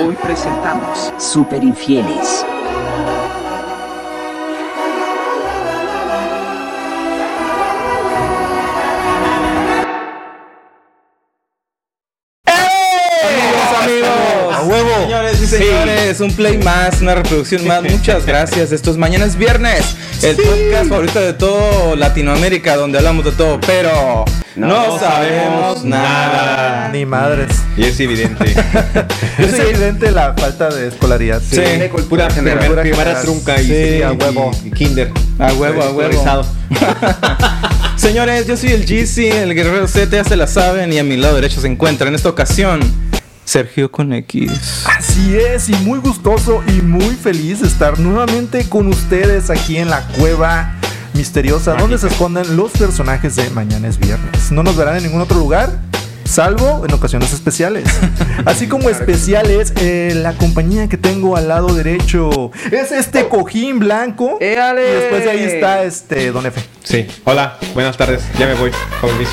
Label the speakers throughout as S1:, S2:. S1: Hoy presentamos Super Infieles.
S2: amigos.
S3: A huevo.
S2: Señores y
S3: Sí.
S2: señores, un play más, una reproducción más. Muchas gracias. Estos mañanas viernes, el podcast favorito de todo Latinoamérica, donde hablamos de todo, pero no, sabemos nada.
S3: Ni madres.
S4: Y es evidente.
S3: Es evidente la falta de escolaridad.
S2: Sí.
S4: De cultura general.
S3: Cultura
S4: Primera
S3: general.
S4: trunca y,
S2: Sí,
S4: y-
S2: a
S3: huevo.
S4: y kinder.
S2: A huevo, a huevo.
S4: Escolarizado.
S2: Señores, yo soy el GC, el guerrero Z, ya se la saben, y a mi lado derecho se encuentra en esta ocasión Sergio con X.
S3: Así es, y muy gustoso y muy feliz de estar nuevamente con ustedes aquí en la cueva misteriosa, donde se esconden los personajes de Mañana es Viernes. No nos verán en ningún otro lugar. Salvo en ocasiones especiales. Así como especial es eh, la compañía que tengo al lado derecho. Es este cojín blanco. Y
S1: ¡Éale!
S3: después de ahí está este Don Efe.
S4: Sí. Hola, buenas tardes. Ya me voy. Con permiso.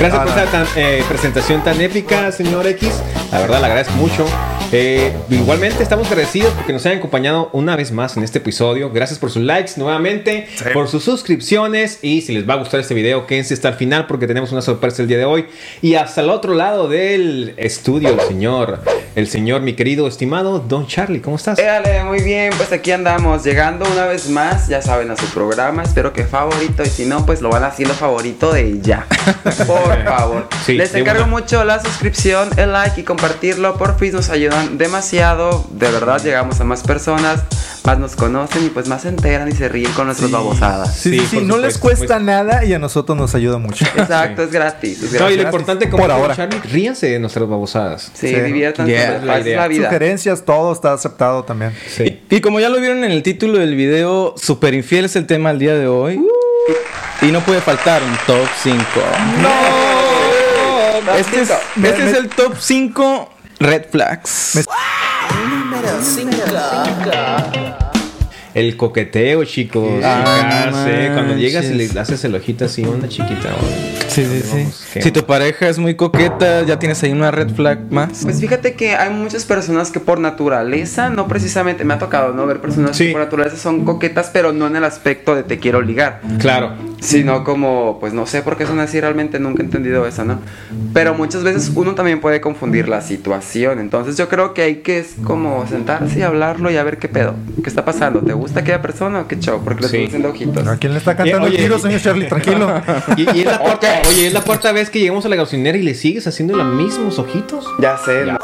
S4: Gracias
S3: Ah,
S4: por
S3: no.
S4: esa tan, eh, presentación tan épica, señor X. La verdad, la agradezco mucho. Eh, igualmente, estamos agradecidos porque nos hayan acompañado una vez más en este episodio. Gracias por sus likes nuevamente, por sus suscripciones. Y si les va a gustar este video, quédense hasta el final porque tenemos una sorpresa el día de hoy. Y hasta el otro lado del estudio, el señor, el señor, mi querido, estimado Don Charlie. ¿Cómo estás?
S3: Eh,
S5: Éale, muy bien, pues aquí andamos, llegando una vez más, ya saben, a su programa, espero que favorito, y si no, pues lo van haciendo favorito de ya, por favor.
S4: Sí,
S5: Les
S4: de
S5: encargo
S4: una.
S5: mucho la suscripción, el like y compartirlo, por fin nos ayudan demasiado, de verdad, llegamos a más personas, más nos conocen y pues más se enteran y se ríen con nuestras babosadas.
S3: Sí, sí,
S4: Sí,
S3: sí,
S4: por
S3: no les
S4: supuesto,
S3: cuesta
S4: pues.
S3: nada y a nosotros nos ayuda mucho.
S5: Exacto, es gratis, es
S4: No,
S5: gratis.
S4: y lo
S3: Gracias.
S4: importante como
S3: Por
S4: dijo
S3: ahora.
S4: Charlie, ríanse de nuestras babosadas.
S5: Sí,
S3: Sí.
S5: diviértanse, pues,
S2: Yeah.
S5: paz es la vida.
S3: Sugerencias, todo está aceptado también.
S4: Sí.
S2: Y como ya lo vieron en el título del video, Super Infiel es el tema al día de hoy. Y no puede faltar un top 5. ¡No! Este, es,
S3: Me-
S2: este
S3: me-
S2: es el top 5 Red Flags.
S3: Me-
S4: El coqueteo, chicos.
S2: Ah,
S4: fijarse.
S2: no
S4: Cuando llegas y
S2: manches.
S4: le haces el ojito así a una chiquita. oh, pues, o-
S2: Sí, sí, sí.
S4: Vamos, que-
S2: Si tu pareja es muy coqueta, ya tienes ahí una red flag más.
S5: Pues fíjate que hay muchas personas que por naturaleza, no precisamente, me ha tocado no ver personas
S4: Sí.
S5: que por naturaleza son coquetas, pero no en el aspecto de te quiero ligar,
S4: Claro.
S5: sino como, pues no sé por qué son así, realmente nunca he entendido eso, ¿no? Pero muchas veces uno también puede confundir la situación, entonces yo creo que hay que es como sentarse y hablarlo y a ver qué pedo, qué está pasando, ¿te gusta aquella persona o qué show? Porque le
S4: Sí.
S5: estoy haciendo ojitos.
S3: ¿A quién le está cantando
S4: Eh, oye.
S3: tiros, señor Charlie? Tranquilo.
S4: Y, y es la cuarta, oye, es la cuarta vez que llegamos a la gasolinera y le sigues haciendo
S5: Ah.
S4: los mismos ojitos.
S5: Ya sé, ¿no?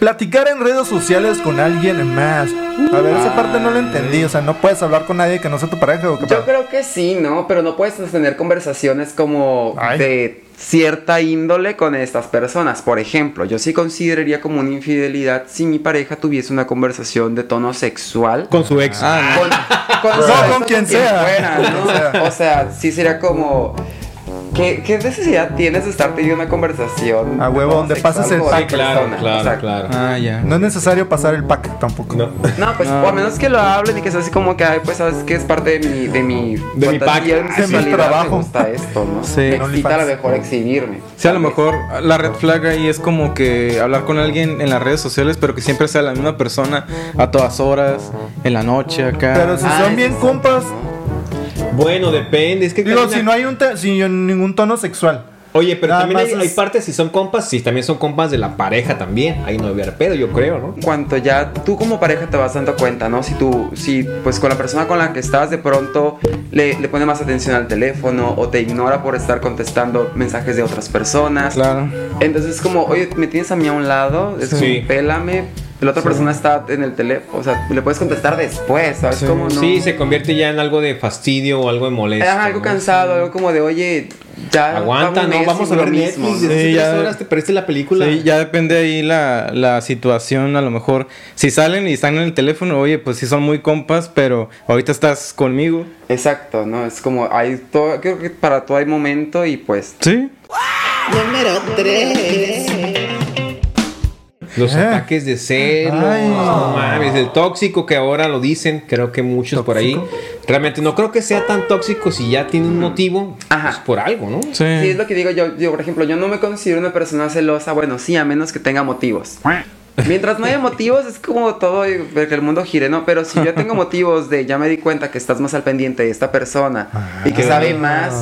S3: Platicar en redes sociales con alguien más. A ver, esa parte no la entendí. O sea, no puedes hablar con nadie que no sea tu pareja o qué
S5: Yo
S3: pedo?
S5: creo que sí, ¿no? Pero no puedes tener conversaciones como
S3: Ay.
S5: de cierta índole con estas personas. Por ejemplo, yo sí consideraría como una infidelidad si mi pareja tuviese una conversación de tono sexual.
S4: Con su ex.
S2: Ah,
S5: Con, con,
S3: No,
S5: su-
S3: con quien sea.
S5: fuera, ¿no?
S3: Con quien sea.
S5: O sea, sí sería como... ¿Qué, qué necesidad tienes de estar teniendo una conversación?
S3: A huevo,
S5: de
S3: donde
S5: sexual
S3: pases el-
S5: con
S3: Sí,
S5: otra persona? O sea,
S4: claro.
S2: ah, ya.
S3: No es necesario pasar el pack tampoco.
S4: No.
S5: No, pues,
S2: No.
S5: o a menos que lo hablen y que sea así como que, ay, pues, sabes que es parte de mi, de mi,
S4: De mi
S5: fantasía,
S4: pack.
S5: de mi
S4: Sí,
S5: sexualidad,
S3: mi trabajo.
S5: Me gusta esto, ¿no?
S2: Sí.
S5: me
S3: En
S5: excita a lo
S3: OnlyFans.
S5: mejor exhibirme.
S2: Sí, a lo mejor la red flag ahí es como que hablar con alguien en las redes sociales, pero que siempre sea la misma persona a todas horas, en la noche, acá.
S3: Pero si
S5: Ah,
S3: son
S5: eso
S3: bien
S5: sí.
S3: compas,
S4: Bueno, depende. Es que
S3: digo,
S4: Karina-
S3: si no hay un te- si ningún tono sexual.
S4: Oye, pero
S3: Nada
S4: también hay,
S3: más
S4: hay
S3: es-
S4: partes si son compas, si también son compas de la pareja también. Ahí no había pedo, yo creo, ¿no?
S5: En cuanto ya tú como pareja te vas dando cuenta, ¿no? Si tú, si pues con la persona con la que estás de pronto le, le pone más atención al teléfono o te ignora por estar contestando mensajes de otras personas.
S2: Claro.
S5: Entonces es como, oye, me tienes a mí a un lado, es
S4: Sí.
S5: como, pélame. La otra persona está en el teléfono, o sea, le puedes contestar después, ¿sabes?
S2: Sí.
S5: Como no.
S4: Sí, se convierte ya en algo de fastidio o algo de molestia.
S5: Ajá, algo
S4: ¿no?
S5: cansado, algo como de, oye, ya.
S4: Aguanta,
S5: dame un
S4: no,
S5: mes
S4: vamos a
S5: y lo
S4: ver
S5: mismo,
S4: Netflix.
S5: ¿no?
S4: desde
S2: Sí,
S4: tres
S2: ya-
S4: horas te perdiste la película.
S2: Sí, ya depende ahí la, la situación, a lo mejor. Si salen y están en el teléfono, oye, pues sí son muy compas, pero ahorita estás conmigo.
S5: Exacto, ¿no? Es como, hay todo, creo que para todo hay momento y pues.
S2: Sí.
S4: Los
S3: ¿Qué?
S4: ataques de celos,
S3: Ay.
S4: no mames, el tóxico que ahora lo dicen, creo que muchos por ahí. Realmente no creo que sea tan tóxico si ya tiene un motivo,
S5: Ajá.
S4: pues por algo, ¿no?
S5: Sí,
S3: Eh.
S5: es lo que digo yo. Yo, por ejemplo, yo no me considero una persona celosa. Bueno, sí, a menos que tenga motivos. Mientras no haya motivos, es como todo eh, que el mundo gire, ¿no? Pero si yo tengo motivos de ya me di cuenta que estás más al pendiente de esta persona y
S3: Ah.
S5: que sabe más,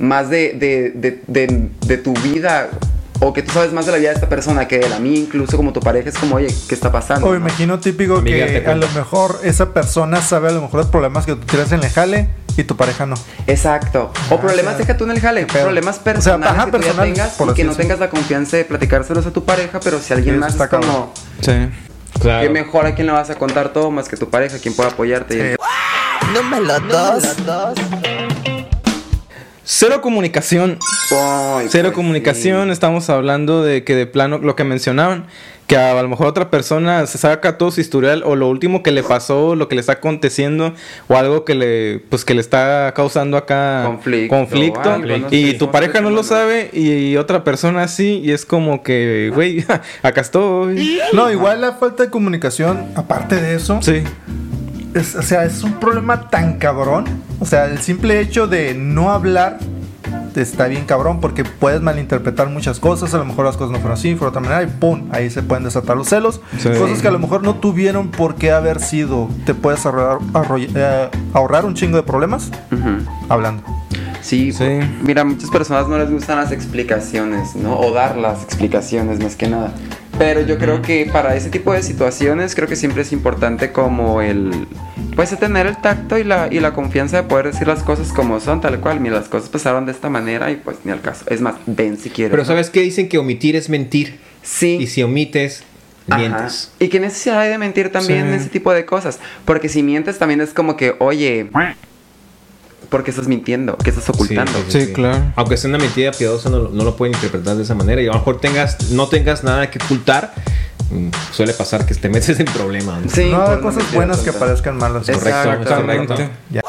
S5: más de, de- de- de- de tu vida o que tú sabes más de la vida de esta persona que de la mía, incluso como tu pareja, es como, oye, ¿qué está pasando?
S3: O
S5: no?
S3: imagino típico
S4: Amiga, te
S3: que a
S4: cuento.
S3: lo mejor esa persona sabe a lo mejor los problemas que tú tienes en el jale y tu pareja no.
S5: Exacto. O problemas, deja tú en el jale.
S3: pedo.
S5: Problemas
S3: O sea,
S5: personales
S3: ajá,
S5: que tú ya
S3: personales,
S5: tengas
S3: por
S5: y
S3: así
S5: que no
S3: decirlo.
S5: tengas la confianza de platicárselos a tu pareja, pero si alguien
S3: Eso
S5: más
S3: está
S5: es como...
S3: cabrón.
S2: Sí.
S4: Claro.
S5: Qué mejor a quién le vas a contar todo más que tu pareja, quien pueda apoyarte. Y-
S2: Cero comunicación.
S5: Ay,
S2: Cero
S5: pues,
S2: comunicación, estamos hablando de que de plano, lo que mencionaban, que a, lo mejor otra persona se saca todo su historial o lo último que le pasó, lo que le está aconteciendo o algo que le, pues que le está causando acá
S5: Conflicto,
S2: conflicto,
S5: algo, no
S2: y
S5: sé,
S2: tu pareja no lo
S5: no.
S2: sabe y otra persona sí y es como que, güey, acá estoy.
S3: No, igual la falta de comunicación, aparte de eso,
S2: Sí,
S3: es- o sea, es un problema tan cabrón. O sea, el simple hecho de no hablar está bien cabrón porque puedes malinterpretar muchas cosas. A lo mejor las cosas no fueron así, fueron de otra manera y ¡pum! Ahí se pueden desatar los celos.
S2: Sí.
S3: Cosas que a lo mejor no tuvieron por qué haber sido. Te puedes ahorrar, arroy- eh, ahorrar un chingo de problemas
S5: Ujú.
S3: hablando.
S5: Sí,
S2: Sí.
S5: por- mira, a muchas personas no les gustan las explicaciones, ¿no? O dar las explicaciones más que nada. Pero yo creo que para ese tipo de situaciones creo que siempre es importante como el... Pues tener el tacto y la, y la confianza de poder decir las cosas como son, tal cual. Mira, las cosas pasaron de esta manera y pues ni al caso. Es más, ven si quieres.
S4: Pero
S5: ¿no?
S4: ¿sabes qué? Dicen que omitir es mentir.
S5: Sí.
S4: Y si omites,
S5: Ajá.
S4: mientes.
S5: Y qué necesidad hay de mentir también
S2: Sí.
S5: en ese tipo de cosas. Porque si mientes también es como que, oye, ¿por qué estás mintiendo? ¿Qué estás ocultando?
S4: pues,
S2: Sí, claro.
S4: Aunque sea una mentira piadosa, no, lo- no lo pueden interpretar de esa manera. Y a lo mejor tengas, no tengas nada que ocultar. mm, Suele pasar que te metes en problemas. ¿no?
S5: Sí,
S3: No
S5: por
S3: haber
S5: una
S3: cosas
S5: mentira
S3: buenas que
S5: tonta.
S3: parezcan malas.
S5: Es-
S4: Correcto,
S5: Exacto.
S4: correcto.
S2: Exactamente.
S3: Ya.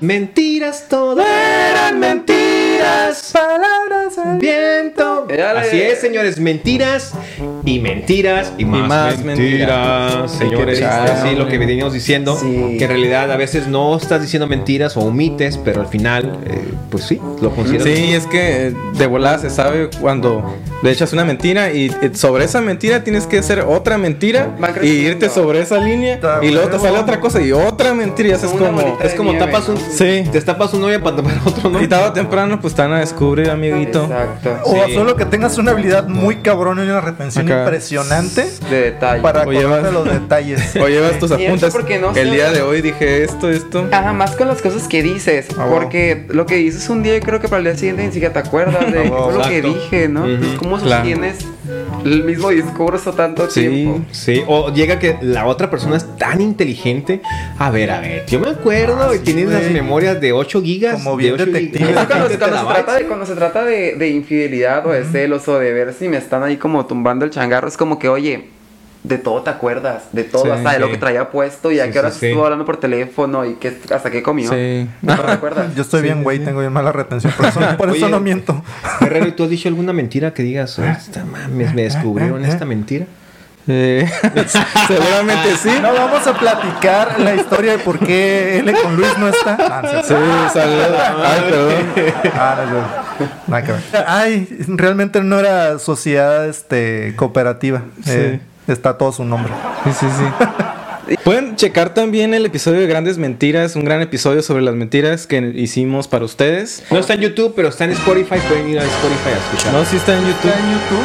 S4: Mentiras todas eran mentiras. Palabras al viento.
S5: Dale.
S4: Así es, señores. Mentiras y mentiras y más,
S2: más
S4: mentiras.
S2: mentiras.
S4: Señores,
S2: Qué
S4: así
S2: chale.
S4: lo que venimos diciendo.
S5: Sí.
S4: Que en realidad a veces no estás diciendo mentiras o omites, pero al final, eh, pues sí, lo consideras.
S2: Sí, es que eh, de volada se sabe cuando le echas una mentira y eh, sobre esa mentira tienes que hacer otra mentira
S5: Van
S2: y
S5: creciendo.
S2: irte sobre esa línea
S3: Está
S2: y luego te
S3: bueno.
S2: sale otra cosa y otra mentira y haces
S5: Una
S2: como...
S5: bolita
S4: Es
S5: de
S4: como
S5: nieve,
S4: tapas
S5: ¿no?
S4: un.
S2: Sí.
S4: Te tapas un novio para tapar otro novio.
S2: Y tarde o temprano pues están a descubrir, amiguito.
S5: Exacto.
S3: O
S4: Sí.
S3: solo que tengas una habilidad muy cabrón y una retención
S2: Acá.
S3: impresionante
S5: De detalle.
S3: para
S2: O llevas-
S3: acordarte los detalles.
S2: O llevas tus
S5: Y eso
S2: apuntes.
S5: porque no
S2: El
S5: se-
S2: día de hoy dije esto, esto.
S5: Ajá, más con las cosas que dices.
S3: Ah, wow.
S5: Porque lo que dices un día, yo creo que para el día siguiente ni siquiera te acuerdas de
S4: Ah, wow.
S5: todo lo que
S4: Exacto.
S5: dije, ¿no? Pues,
S4: Ujú,
S5: ¿Cómo
S2: claro.
S5: sostienes el mismo discurso tanto
S2: Sí.
S5: tiempo?
S4: Sí, o llega que la otra persona es tan inteligente. A ver, a ver, yo me acuerdo
S3: Ah,
S4: y
S3: sí,
S4: tienes
S3: güey.
S4: las memorias de 8 gigas.
S3: Como
S4: de
S3: bien
S4: 8 gigas.
S3: detective.
S5: Pues Es que Cuando, cuando
S4: ¿Qué
S5: se
S4: terabytes?
S5: trata de, cuando se trata de, de infidelidad o de celos o de ver si me están ahí como tumbando el changarro, es como que, oye, de todo te acuerdas, de todo,
S2: Sí,
S5: hasta de
S4: sí.
S5: lo que traía puesto y a
S4: Sí,
S5: qué horas
S4: sí, sí.
S5: estuvo hablando por teléfono y qué, hasta qué comió.
S2: Sí.
S5: No te acuerdas.
S3: Yo estoy bien, güey, tengo bien mala retención, por eso, por eso
S4: Oye.
S3: no miento.
S4: Guerrero, ¿y tú has dicho alguna mentira que digas?
S2: Ah,
S4: "Oh, Esta mames, me descubrieron esta mentira.
S2: Eh, seguramente sí.
S3: No vamos a platicar la historia de por qué L con Luis no está. Ah, no es
S2: Sí,
S3: cierto.
S2: saludos. Ay, perdón.
S3: Ah, no es cierto. Nada que ver. Ay, realmente no era sociedad este cooperativa. Eh, está todo su nombre.
S2: Sí, sí, sí. Pueden checar también el episodio de Grandes Mentiras, un gran episodio sobre las mentiras que hicimos para ustedes.
S4: No está en YouTube, pero está en Spotify. Pueden ir a Spotify a escuchar.
S2: No, si está en YouTube.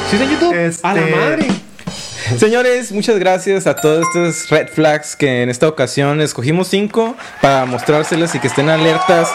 S4: ¿Sí está en YouTube? A la
S3: Este-
S4: madre.
S2: Señores, muchas gracias a todas estas red flags que en esta ocasión escogimos cinco para mostrárselas y que estén alertas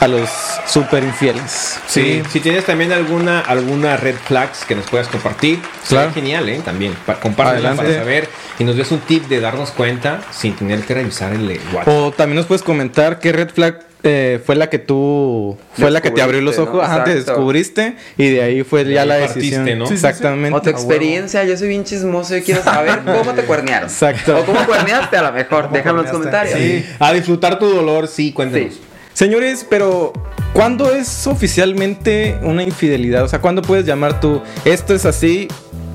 S2: a los super infieles.
S4: Sí, si tienes también alguna alguna red flags que nos puedas compartir, claro.
S2: Claro.
S4: genial, ¿eh? También, pa- compártela
S2: Adelante.
S4: para saber y nos des un tip de darnos cuenta sin tener que revisar el eh, WhatsApp.
S2: O también nos puedes comentar qué red flag eh, fue la que tú fue la que te abrió los
S5: Descubriste,
S2: ojos,
S5: ¿no?
S2: antes
S5: Exacto.
S2: descubriste y de ahí fue ya
S4: ahí
S2: la
S4: partiste,
S2: decisión,
S4: ¿no? Sí, sí, sí.
S2: Exactamente.
S5: O tu experiencia, yo soy bien chismoso, yo quiero saber cómo te cuernearon.
S2: Exacto.
S5: O cómo cuerneaste a lo mejor,
S3: ¿Cómo
S5: déjalo en los
S3: cuerneaste?
S5: comentarios.
S4: Sí. A disfrutar tu dolor, sí, cuéntanos.
S5: Sí.
S2: Señores, pero ¿cuándo es oficialmente una infidelidad? O sea, ¿cuándo puedes llamar tú, esto es así,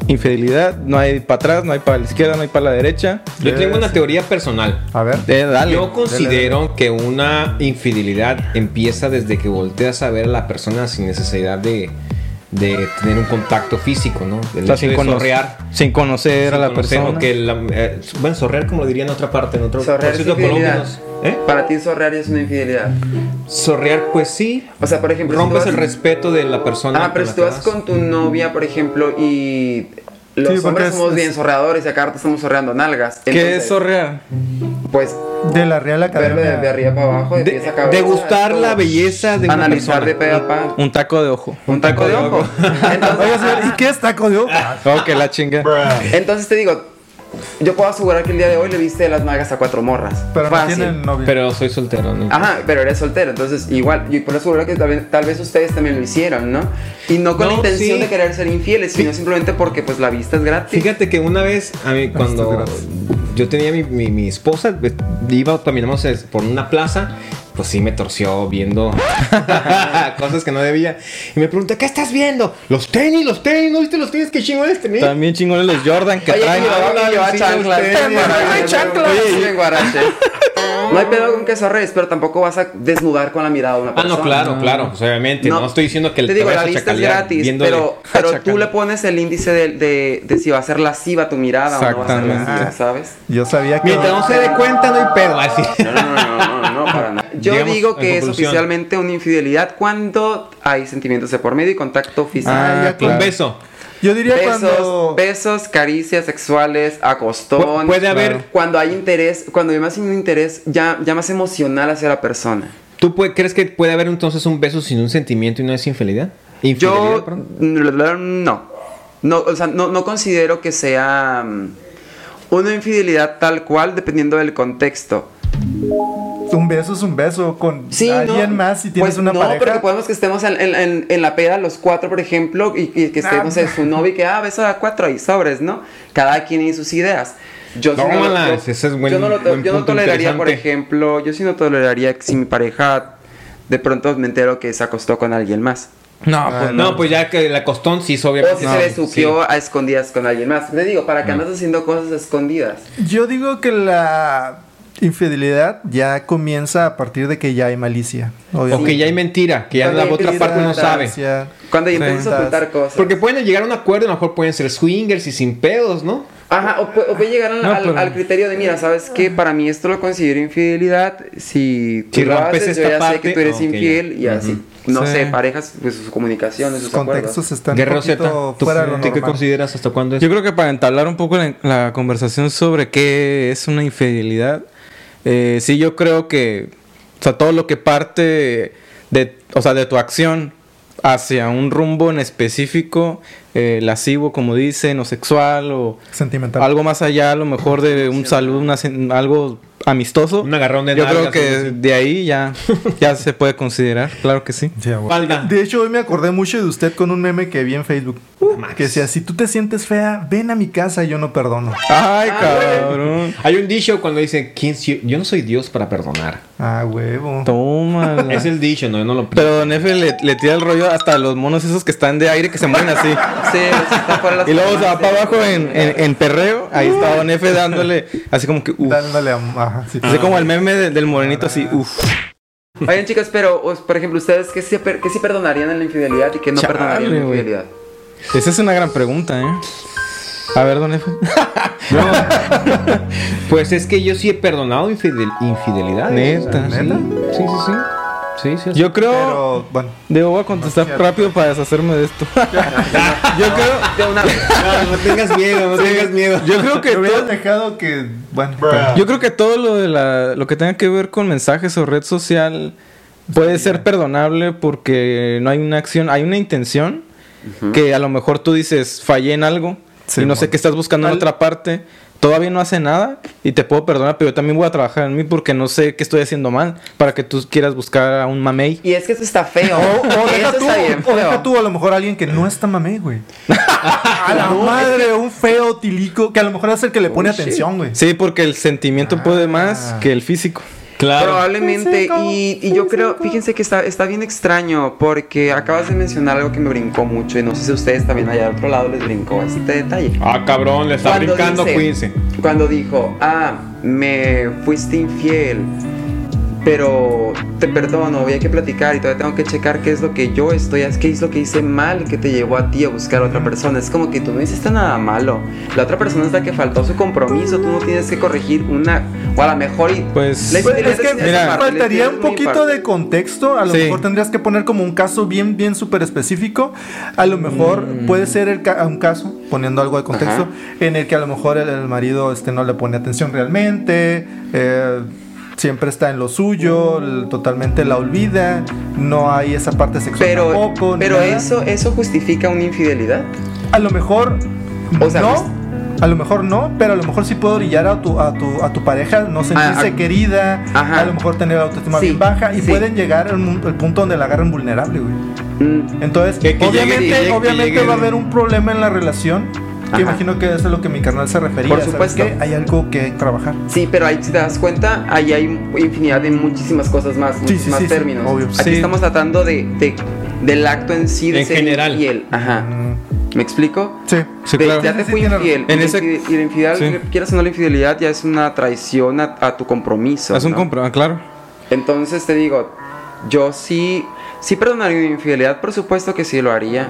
S2: infidelidad, no hay para atrás, no hay para la izquierda, no hay para la derecha?
S4: Yo tengo una teoría personal.
S3: A ver.
S2: Eh, dale.
S4: Yo considero que una infidelidad empieza desde que volteas a ver a la persona sin necesidad de, de tener un contacto físico, ¿no?
S2: O
S4: El
S2: sea,
S4: hecho de
S2: sin, cono-
S4: zorrear.
S2: sin conocer a
S4: sin
S2: la
S4: conocer,
S2: persona.
S4: o que la- eh, bueno, zorrear como lo diría en otra parte, en otro
S5: Zorrear es
S4: proceso
S5: infidelidad.
S4: colombiano, ¿eh?
S5: Para ti zorrear es una infidelidad.
S4: Zorrear, pues sí.
S5: O sea, por ejemplo, si
S4: rompes
S5: tú vas-
S4: el respeto de la persona.
S5: Ah, pero
S4: con
S5: si tú
S4: la que
S5: vas con tu novia, por ejemplo, y los
S3: Sí, porque
S5: hombres
S3: es-
S5: somos
S3: es-
S5: bien zorreadores y acá ahorita estamos zorreando nalgas.
S2: ¿Qué
S5: Entonces,
S2: es zorrear?
S5: Pues
S3: De la Real
S5: verlo de, de
S3: Academia.
S5: arriba para abajo, de,
S4: De-
S5: pies a cabeza.
S4: degustar la belleza de una
S5: Analizar
S4: persona.
S5: de pe a pa.
S2: Un taco de ojo.
S5: Un taco de ojo.
S3: Oiga,
S5: Entonces,
S3: señor, ¿y qué es taco de ojo?
S4: Ah,
S2: Oh, que la chinga.
S5: entonces te digo, yo puedo asegurar que el día de hoy le viste las nalgas a cuatro morras.
S3: Pero no
S5: Fácil.
S3: tienen novio.
S4: Pero soy soltero, ¿no?
S5: Ajá, pero eres soltero, entonces igual, y por eso creo que tal vez, tal vez ustedes también lo hicieron, ¿no? Y no con la
S4: No,
S5: intención
S4: sí.
S5: de querer ser infieles, sino simplemente porque pues la vista es gratis.
S4: Fíjate que una vez, a mí cuando
S3: gracias.
S4: yo tenía mi, mi- mi esposa, eh, iba, caminamos es- por una plaza, pues sí me torció viendo cosas que no debía. Y me pregunta, ¿qué estás viendo? Los tenis, los tenis, ¿no viste los tenis? ¿Qué este, chingones tenis?
S2: También chingones los Jordan que
S5: Oye,
S2: traen.
S5: y llevaba-
S4: ahora
S5: y llevaba
S4: sí,
S5: chanclas. Este
S4: ustedes,
S5: Oye,
S4: ¿no?
S5: hay chanclas.
S4: Oye,
S5: Sí, en guarache. No hay pedo con que zorres, pero tampoco vas a desnudar con la mirada a una
S4: Ah,
S5: persona.
S4: no, claro, claro, pues, obviamente, no, estoy diciendo que el
S5: Te digo, la
S4: vayas a
S5: vista es
S4: chacalear
S5: gratis,
S4: viéndole-
S5: pero, pero tú
S2: chacalear.
S5: le pones el índice de, de, de si va a ser lasciva tu mirada o no va a ser
S2: Exactamente.
S5: lasciva, ¿sabes?
S3: Yo sabía que.
S4: Mientras no se dé cuenta, no hay pedo, así.
S5: No, no, no, no, no, no, para nada. Yo
S4: Digamos,
S5: digo
S4: en
S5: que es
S4: conclusión.
S5: oficialmente una infidelidad cuando hay sentimientos de por medio y contacto físico.
S3: Ah, ya
S4: Un
S3: claro.
S4: beso.
S3: Yo diría
S5: besos,
S3: cuando.
S5: besos, caricias sexuales, acostón.
S4: Pu- puede haber-
S5: Cuando hay interés, cuando hay más un interés ya, ya más emocional hacia la persona.
S4: ¿Tú pue- crees que puede haber entonces un beso sin un sentimiento y no es infidelidad?
S5: Yo
S4: Infidelidad, perdón.
S5: no. No, o sea, no, no considero que sea mm, una infidelidad tal cual dependiendo del contexto.
S3: Un beso es un beso con
S5: Sí,
S3: alguien
S5: no,
S3: más si tienes
S5: pues
S3: una
S5: no,
S3: pareja.
S5: pero que podemos que estemos en, en- en- en la peda los cuatro, por ejemplo, y, y que estemos
S3: Ah.
S5: en su novio y que, ah, beso a cuatro y sobres, ¿no? Cada quien y sus ideas. Yo sí lo-
S4: Tómala,
S5: yo-
S4: ese es buen-
S5: yo no, lo to-
S4: buen
S5: yo no
S4: punto
S5: toleraría, por
S4: interesante.
S5: ejemplo, yo sí no toleraría que si mi pareja de pronto me entero que se acostó con alguien más.
S2: No, pues
S4: No, pues ya que la costón sí es obvio.
S5: O si
S4: No,
S5: se
S4: sí.
S5: besuqueó a escondidas con alguien más. Te digo, ¿para qué andas haciendo cosas a escondidas?
S3: Yo digo que la infidelidad ya comienza a partir de que ya hay malicia.
S4: O que ya hay mentira, que ya
S5: Cuando
S4: la
S5: hay
S4: otra
S5: mentira,
S4: parte no sabe.
S3: sabe.
S5: Cuando ya
S3: Sí.
S5: empiezas a ocultar cosas.
S4: Porque pueden llegar a un acuerdo, a lo mejor pueden ser swingers y sin pedos, ¿no?
S5: Ajá, o, pu- o puede llegar al,
S2: No,
S5: al-
S2: pero-
S5: al criterio de, mira, ¿sabes qué? Para mí esto lo considero infidelidad. Si tú
S4: Si
S5: lo
S4: rompes
S5: haces, yo
S4: esta
S5: ya sé que
S4: parte,
S5: tú eres
S4: ok,
S5: infiel y
S4: ya.
S5: así. No
S2: Sí.
S5: sé, parejas, pues sus comunicaciones,
S3: Los
S5: sus acuerdos.
S3: contextos están un
S4: Guerrero Z,
S3: poquito
S4: ¿tú,
S3: fuera de lo
S4: tú qué
S3: normal.
S4: consideras hasta cuándo es?
S2: Yo creo que para entablar un poco la, la conversación sobre qué es una infidelidad, eh, sí yo creo que, o sea, todo lo que parte de, o sea, de tu acción hacia un rumbo en específico, eh, lascivo, como dicen, o sexual, o
S3: Sentimental.
S2: algo más allá, a lo mejor de un saludo, una sen- algo amistoso.
S4: Un agarrón de
S2: Yo creo
S4: nalgas, algo
S2: que
S4: así.
S2: de ahí ya, ya se puede considerar, claro que sí.
S3: Sí, a huevo.
S4: Falda.
S3: De hecho, hoy me acordé mucho de usted con un meme que vi en Facebook.
S4: mames.
S3: que decía, si tú te sientes fea, ven a mi casa, yo no perdono.
S2: Ay,
S4: Ah,
S2: cabrón.
S4: Hay un dicho cuando dice, ¿Quién si- yo no soy Dios para perdonar.
S3: Ah, huevo.
S2: Toma.
S3: Ah.
S4: Es el dicho, no, yo no lo
S2: Pero Don F le, le tira el rollo hasta a los monos esos que están de aire que se mueven así.
S5: Sí, está fuera de las
S2: Y luego se va
S5: formas de-
S2: para abajo en, en- en perreo. Ahí está Don F dándole así como que uff.
S3: Dándole a... Ajá, sí.
S2: Así como el meme de- del morenito así, uff.
S5: Oigan, chicas, pero, os- por ejemplo, ¿ustedes qué sí, per- qué sí perdonarían en la infidelidad y qué no
S2: Chale,
S5: perdonarían en la
S2: güey.
S5: infidelidad?
S2: Esa es una gran pregunta, ¿eh? A ver, Don F.
S4: Pues es que yo sí he perdonado infidel- infidelidades.
S2: Neta.
S4: O sea,
S3: ¿Neta?
S4: Sí, sí, sí. Sí, sí. sí.
S2: Yo creo.
S3: Pero, bueno.
S2: Debo voy a contestar rápido para deshacerme de esto. yo creo.
S5: De una vez.
S4: No, no tengas miedo, no tengas miedo.
S2: Yo creo que
S3: Te hubieras
S2: todo,
S3: dejado que... Bueno.
S2: yo creo que todo lo de la, lo que tenga que ver con mensajes o red social puede ser perdonable porque no hay una acción, hay una intención que a lo mejor tú dices fallé en algo
S3: Sí,
S2: y no sé
S3: bueno.
S2: qué estás buscando en otra parte. Todavía no hace nada y te puedo perdonar, pero yo también voy a trabajar en mí porque no sé qué estoy haciendo mal para que tú quieras buscar a un mamey.
S5: Y es que eso está feo.
S3: O, o
S5: eso
S3: deja tú,
S5: está bien
S3: o deja
S5: feo.
S3: tú a lo mejor alguien que no está mamé, güey. A la madre, un feo tilico que a lo mejor es el que le pone atención, güey.
S2: Sí, porque el sentimiento puede más que el físico.
S4: Claro.
S5: Probablemente. Y, y yo creo, fíjense que está, está bien extraño porque acabas de mencionar algo que me brincó mucho y no sé si ustedes también allá del otro lado les brincó este detalle.
S4: Ah, cabrón, le está
S5: Cuando
S4: brincando,
S5: dice-
S4: cuídense.
S5: Cuando dijo, ah, me fuiste infiel, pero te perdono, voy a que platicar y todavía tengo que checar qué es lo que yo estoy, qué es lo que hice mal que te llevó a ti a buscar a otra persona. Es como que tú no hiciste nada malo. La otra persona es la que faltó a su compromiso, tú no tienes que corregir una, o a lo mejor... y-
S2: Pues-
S5: Le-
S3: Pues,
S5: le-
S3: es que
S5: le-
S2: mira,
S5: le-
S3: faltaría
S5: le-
S3: un
S5: mi
S3: poquito
S5: parte.
S3: de contexto. A lo
S2: Sí.
S3: mejor tendrías que poner como un caso bien, bien súper específico. A lo mejor puede ser el ca- un caso, poniendo algo de contexto,
S5: Ajá.
S3: en el que a lo mejor el, el marido este, no le pone atención realmente. eh, siempre está en lo suyo, l- totalmente la olvida. No hay esa parte sexual
S5: Pero,
S3: tampoco. ni
S5: pero
S3: nada.
S5: eso, eso justifica una infidelidad.
S3: A lo mejor
S5: O sea,
S3: no.
S5: pues-
S3: A lo mejor no, pero a lo mejor sí puedo brillar a tu, a tu, a tu pareja, no sentirse
S5: a-
S3: querida,
S5: Ah, Ajá.
S3: a lo mejor tener la autoestima
S5: Sí,
S3: bien baja y
S5: sí.
S3: pueden llegar al mun- al punto donde la agarren vulnerable, güey.
S5: Mm,
S3: Entonces,
S4: Que- que llegue-
S3: obviamente,
S4: que llegue- que
S3: obviamente
S4: llegue-
S3: va a haber un problema en la relación.
S5: Ajá.
S3: Que imagino que eso es a lo que mi carnal se refería.
S5: Por
S3: ¿sabes
S5: supuesto.
S3: qué? Hay algo que trabajar.
S5: Sí, pero ahí si te das cuenta, ahí hay infinidad de muchísimas cosas más,
S3: sí,
S5: muchísimos
S3: sí, sí,
S5: términos.
S3: obvio.
S5: Aquí
S2: Sí.
S5: estamos tratando de, de- del acto en sí de
S4: En
S5: ser
S4: general.
S5: infiel. Ajá. ¿Me explico?
S3: Mm, Sí.
S2: Sí,
S5: De-
S2: claro.
S5: Ya te
S3: Sí,
S5: fue
S3: tiene razón.
S5: infiel.
S2: En
S5: Y la
S2: ese-
S5: infide- y la infidelidad,
S2: sí.
S5: quieras o no la infidelidad, ya es una traición a, a tu compromiso.
S2: Haz un
S5: ¿no?
S2: compro, ah, claro.
S5: Entonces te digo, yo sí, sí perdonaría mi infidelidad, por supuesto que sí lo haría.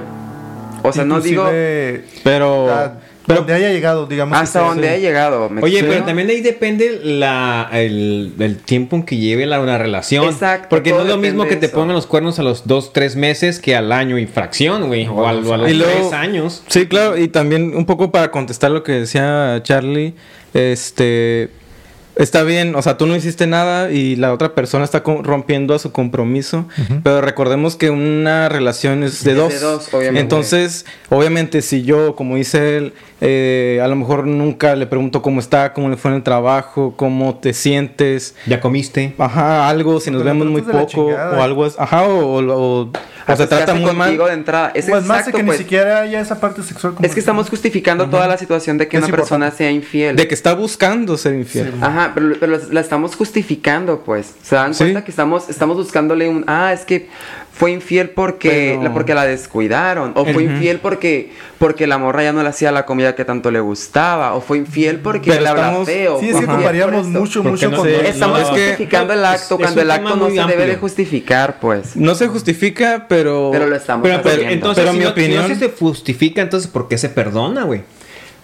S5: O sea, no digo
S3: Inclusive,
S2: Pero.
S3: a-
S2: Pero.
S3: donde haya llegado, digamos. que
S5: hasta
S3: sea-
S5: donde he llegado. ¿me
S4: Oye,
S5: explico?
S4: pero también ahí depende la, el, el tiempo en que lleve la, una relación.
S5: Exacto,
S4: Porque no
S5: todo
S4: es lo
S5: depende
S4: mismo que
S5: de
S4: te
S5: eso.
S4: pongan los cuernos a los dos, tres meses que al año y fracción, güey. O, al- o a los
S2: Y luego-
S4: tres años.
S2: Sí, claro, y también un poco para contestar lo que decía Charlie, este está bien, o sea, tú no hiciste nada y la otra persona está co- rompiendo a su compromiso, pero recordemos que una relación es de
S5: Es de
S2: dos.
S5: dos, obviamente.
S2: Entonces, obviamente si yo, como dice él, eh, a lo mejor nunca le pregunto cómo está, cómo le fue en el trabajo, cómo te sientes,
S4: Ya comiste.
S2: ajá, algo, si nos
S3: Pero
S2: vemos muy
S3: tratas de la
S2: poco
S3: chingada.
S2: o algo, es- ajá, o, o- o-
S5: Ah,
S2: o se
S5: Hasta
S2: trata muy mal.
S5: pues, contigo de entrada. Es
S3: O es más de
S5: exacto,
S3: que
S5: pues.
S3: ni siquiera haya esa parte sexual. como
S5: Es que estamos justificando toda la situación de que
S3: Es
S5: una persona
S3: importante.
S5: sea infiel.
S2: De que está buscando ser infiel.
S5: Ajá, pero, pero la estamos justificando, pues. Se dan
S2: Sí.
S5: cuenta que estamos, estamos buscándole un. Ah, es que fue infiel porque,
S2: Pero-
S5: la, porque la descuidaron. O fue infiel porque, porque la morra ya no le hacía la comida que tanto le gustaba. O fue infiel porque
S2: Pero
S5: la
S2: estamos-
S5: abracé. o fue
S3: Sí, es que
S5: infiel
S3: comparíamos
S5: por esto.
S3: mucho,
S2: Porque
S3: mucho
S2: no
S3: con.
S2: sé-
S5: Estamos
S2: No, es que-
S5: justificando el acto
S4: es-
S5: cuando
S4: es un
S5: el acto
S4: tema
S5: no
S4: muy
S5: se debe de
S4: amplio.
S5: justificar, pues.
S2: No se justifica, pero.
S5: Pero lo estamos
S2: pero, pero-
S5: haciendo.
S4: Entonces,
S2: pero
S4: si
S2: mi
S4: no- si
S2: opinión.
S4: no se te justifica, entonces, ¿por qué se perdona, güey?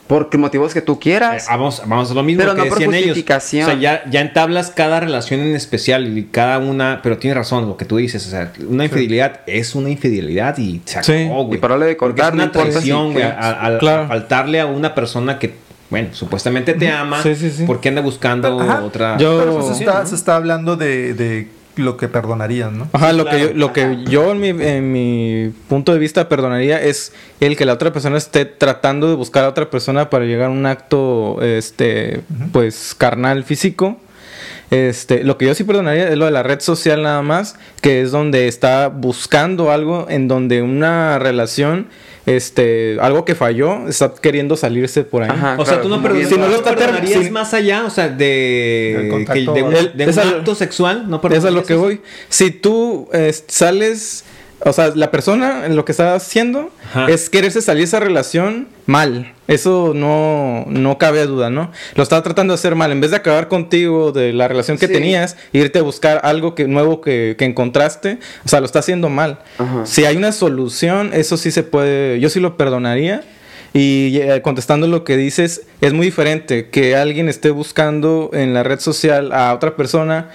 S5: Por motivos que tú
S4: Eh,
S5: quieras.
S4: Vamos, vamos a lo mismo
S5: Pero
S4: que
S5: no por
S4: decían ellos. O
S5: justificación.
S4: sea, ya, ya entablas cada relación en especial y cada una, pero tienes razón lo que tú dices. O sea, una infidelidad es una infidelidad y se
S2: Sí.
S4: acabó, güey.
S5: Y párale de
S4: Porque
S5: cortar,
S4: es una
S5: no importa si
S4: traición, güey,
S5: quieres.
S4: a- a- a
S2: Claro.
S4: faltarle a una persona que, bueno, supuestamente te ama.
S2: Sí, sí, sí.
S4: Porque anda buscando
S3: Ajá.
S4: otra.
S2: Yo-
S3: Pero pues se,
S4: Sí,
S3: está,
S4: ¿no?
S3: se está hablando de, de lo que perdonarían, ¿no?
S2: Ajá, lo
S4: Claro.
S2: que yo, lo que yo en, mi, en mi punto de vista perdonaría es el que la otra persona esté tratando de buscar a otra persona para llegar a un acto este pues carnal físico. Este, lo que yo sí perdonaría es lo de la red social nada más, que es donde está buscando algo en donde una relación este algo que falló está queriendo salirse por ahí.
S5: Ajá.
S4: Ah, O sea, tú no,
S5: Claro,
S4: perdonarías,
S2: si no lo está ter-
S4: perdonarías
S2: si-
S4: más allá, o sea,
S3: Del
S4: de,
S3: contacto,
S4: que- de un,
S3: el-
S4: de un
S2: es a lo-
S4: acto sexual, no
S2: es a lo
S4: perdonarías
S2: que
S4: eso.
S2: voy. Si tú eh, sales, o sea, la persona en lo que está haciendo
S4: Ajá.
S2: es quererse salir de esa relación mal. Eso no, no cabe duda, ¿no? Lo estaba tratando de hacer mal. En vez de acabar contigo de la relación que
S5: Sí.
S2: tenías, irte a buscar algo que, nuevo que, que encontraste, o sea, lo está haciendo mal.
S5: Ajá.
S2: Si hay una solución, eso sí se puede, yo sí lo perdonaría. Y eh, contestando lo que dices, es muy diferente que alguien esté buscando en la red social a otra persona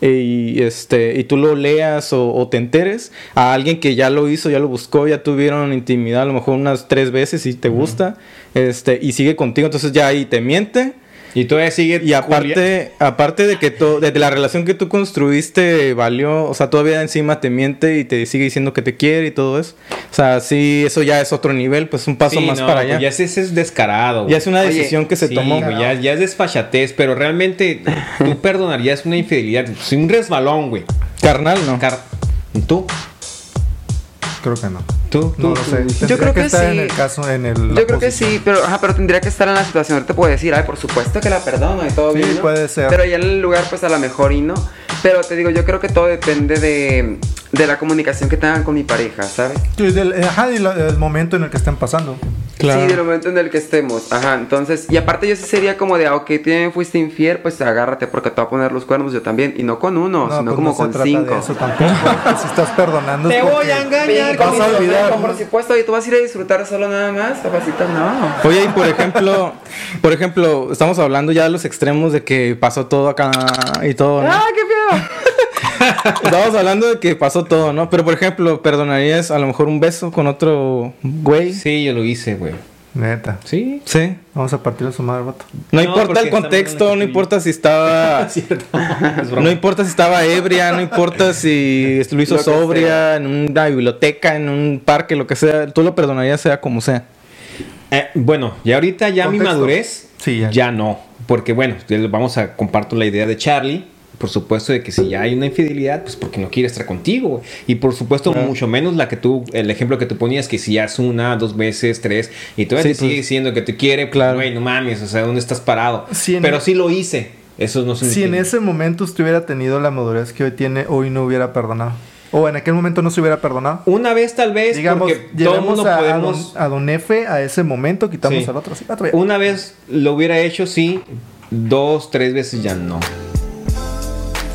S2: eh, y, este, y tú lo leas o, o te enteres, a alguien que ya lo hizo, ya lo buscó, ya tuvieron intimidad a lo mejor unas tres veces y te gusta, este, y sigue contigo, entonces ya ahí te miente.
S4: Y todavía sigue.
S2: Y aparte, aparte de que to- de la relación que tú construiste valió, o sea, todavía encima te miente y te sigue diciendo que te quiere y todo eso. O sea, sí, eso ya es otro nivel, pues un paso
S4: Sí,
S2: más
S4: no,
S2: para
S4: pues
S2: allá.
S4: Ya es, ese es descarado. güey.
S2: Ya es una
S5: Oye,
S2: decisión que se
S4: Sí,
S2: tomó.
S4: güey, ya, ya es desfachatez, pero realmente tú perdonarías una infidelidad. Es un resbalón, güey.
S2: Carnal, no.
S4: Car- ¿Tú?
S3: Creo que no.
S4: Tú,
S3: No
S4: tú,
S3: lo sé.
S4: tú.
S3: Tendría
S5: Yo creo que
S3: estar
S5: sí.
S3: en el caso, en el. la
S5: Yo creo que
S3: posición.
S5: sí, pero, ajá, pero tendría que estar en la situación. Ahorita puedo decir, ay, por supuesto que la perdono y todo
S3: Sí,
S5: bien. ¿no?
S3: puede ser.
S5: Pero ya en el lugar, pues a lo mejor y no. Pero te digo, yo creo que todo depende de, de la comunicación que tengan con mi pareja, ¿sabes?
S3: Y del- ajá, y la- el momento en el que estén pasando.
S5: Sí, del momento en el que estemos. Ajá, entonces. Y aparte, yo sí sería como de, ah, ok, tú ya me fuiste infiel, pues agárrate porque te voy a poner los cuernos yo también. Y no con uno, sino
S3: pues
S5: como
S3: se
S5: con
S3: trata de
S5: cinco.
S3: eso tampoco, porque si estás perdonando. es
S4: Te voy
S3: porque
S4: a engañar
S3: Vas a
S5: Como-
S3: olvidar.
S5: como
S3: ¿no?
S5: Por supuesto, y tú vas a ir a disfrutar solo nada más, papacito, no.
S2: Oye, y por ejemplo, por ejemplo, estamos hablando ya de los extremos de que pasó todo acá y todo, ¿no?
S5: ¡Ah, qué feo!
S2: Estamos hablando de que pasó todo, ¿no? Pero por ejemplo, ¿perdonarías a lo mejor un beso con otro güey?
S4: Sí, yo lo hice, güey.
S3: Neta.
S4: Sí.
S2: Sí.
S3: Vamos a partir de su madre, vato.
S2: No,
S4: No,
S2: importa
S4: porque
S2: el
S4: está mal
S2: contexto,
S4: en
S2: no
S4: la
S2: importa si estaba
S4: Ah, Cierto. Es broma.
S2: no importa si estaba ebria, no importa si lo hizo
S5: Lo que
S2: sobria
S5: sea.
S2: en una biblioteca, en un parque, lo que sea, tú lo perdonarías sea como sea.
S4: Eh, bueno, ya ahorita ya mi
S3: Contexto.
S4: madurez,
S3: Sí, ya.
S4: ya. no. Porque bueno, ya lo vamos a compartir la idea de Charlie. Por supuesto de que si ya hay una infidelidad, pues porque no quiere estar contigo. güey. Y por supuesto, mucho menos la que tú, el ejemplo que tú ponías, que si ya es una, dos veces, tres, y
S2: Sí,
S4: todavía te sigue
S2: pues.
S4: diciendo que te quiere,
S2: Claro.
S4: claro. güey, no mames, o sea, ¿dónde estás parado?
S3: Si en-
S4: Pero sí lo hice. Eso no
S3: Si en
S4: significa-
S3: ese momento usted hubiera tenido la madurez que hoy tiene, hoy no hubiera perdonado. O en aquel momento no se hubiera perdonado.
S4: Una vez tal vez,
S3: Digamos,
S4: porque todo el
S3: llevamos
S4: mundo
S3: a, a
S4: podemos...
S3: don, a don F a ese momento, quitamos
S4: Sí.
S3: al otro. sí, otro ya.
S4: Una vez lo hubiera hecho, sí. Dos, tres veces ya no.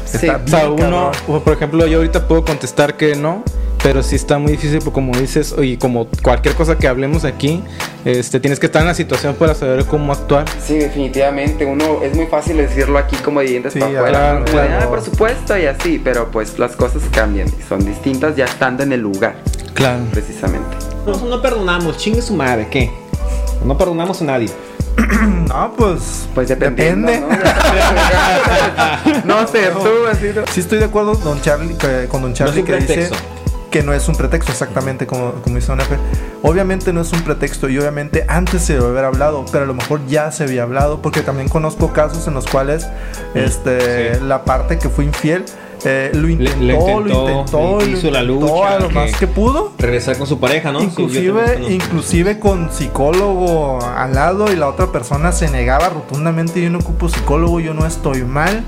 S5: Sí.
S3: Está
S2: O sea,
S3: bien,
S2: uno,
S3: cabrón.
S2: o por ejemplo, yo ahorita puedo contestar que no, pero sí está muy difícil, porque como dices, y como cualquier cosa que hablemos aquí, este, tienes que estar en la situación para saber cómo actuar.
S5: Sí, definitivamente. Uno es muy fácil decirlo aquí como de dientes
S3: Sí,
S5: para afuera.
S2: claro,
S5: ¿no? Como de,
S3: claro.
S5: "Ah, por supuesto, y así. Pero pues las cosas cambian y son distintas ya estando en el lugar,
S2: Claro.
S5: precisamente.
S4: Nosotros no perdonamos, chingue su madre, ¿qué? No perdonamos a nadie.
S3: No, pues.
S5: Pues dependiendo.
S3: Depende.
S5: No, no sé, tú así. ¿no?
S3: Sí, estoy de acuerdo don Charlie, que- con Don Charlie
S4: un
S3: que dice
S4: pretexto.
S3: que no es un pretexto, exactamente como, como dice Don Efe. Obviamente no es un pretexto y obviamente antes se debe haber hablado, pero a lo mejor ya se había hablado, porque también conozco casos en los cuales este,
S4: Mm, Sí.
S3: la parte que fue infiel eh, lo,
S4: le
S3: intentó, lo intentó,
S4: intentó,
S3: lo
S4: hizo la
S3: intentó
S4: lucha,
S3: a lo
S4: que-
S3: más que pudo.
S4: Regresar con su pareja, ¿no? Sí, yo
S3: Inclusive,
S4: también conozco.
S3: inclusive con psicólogo al lado y la otra persona se negaba rotundamente, yo no ocupo psicólogo, yo no estoy mal.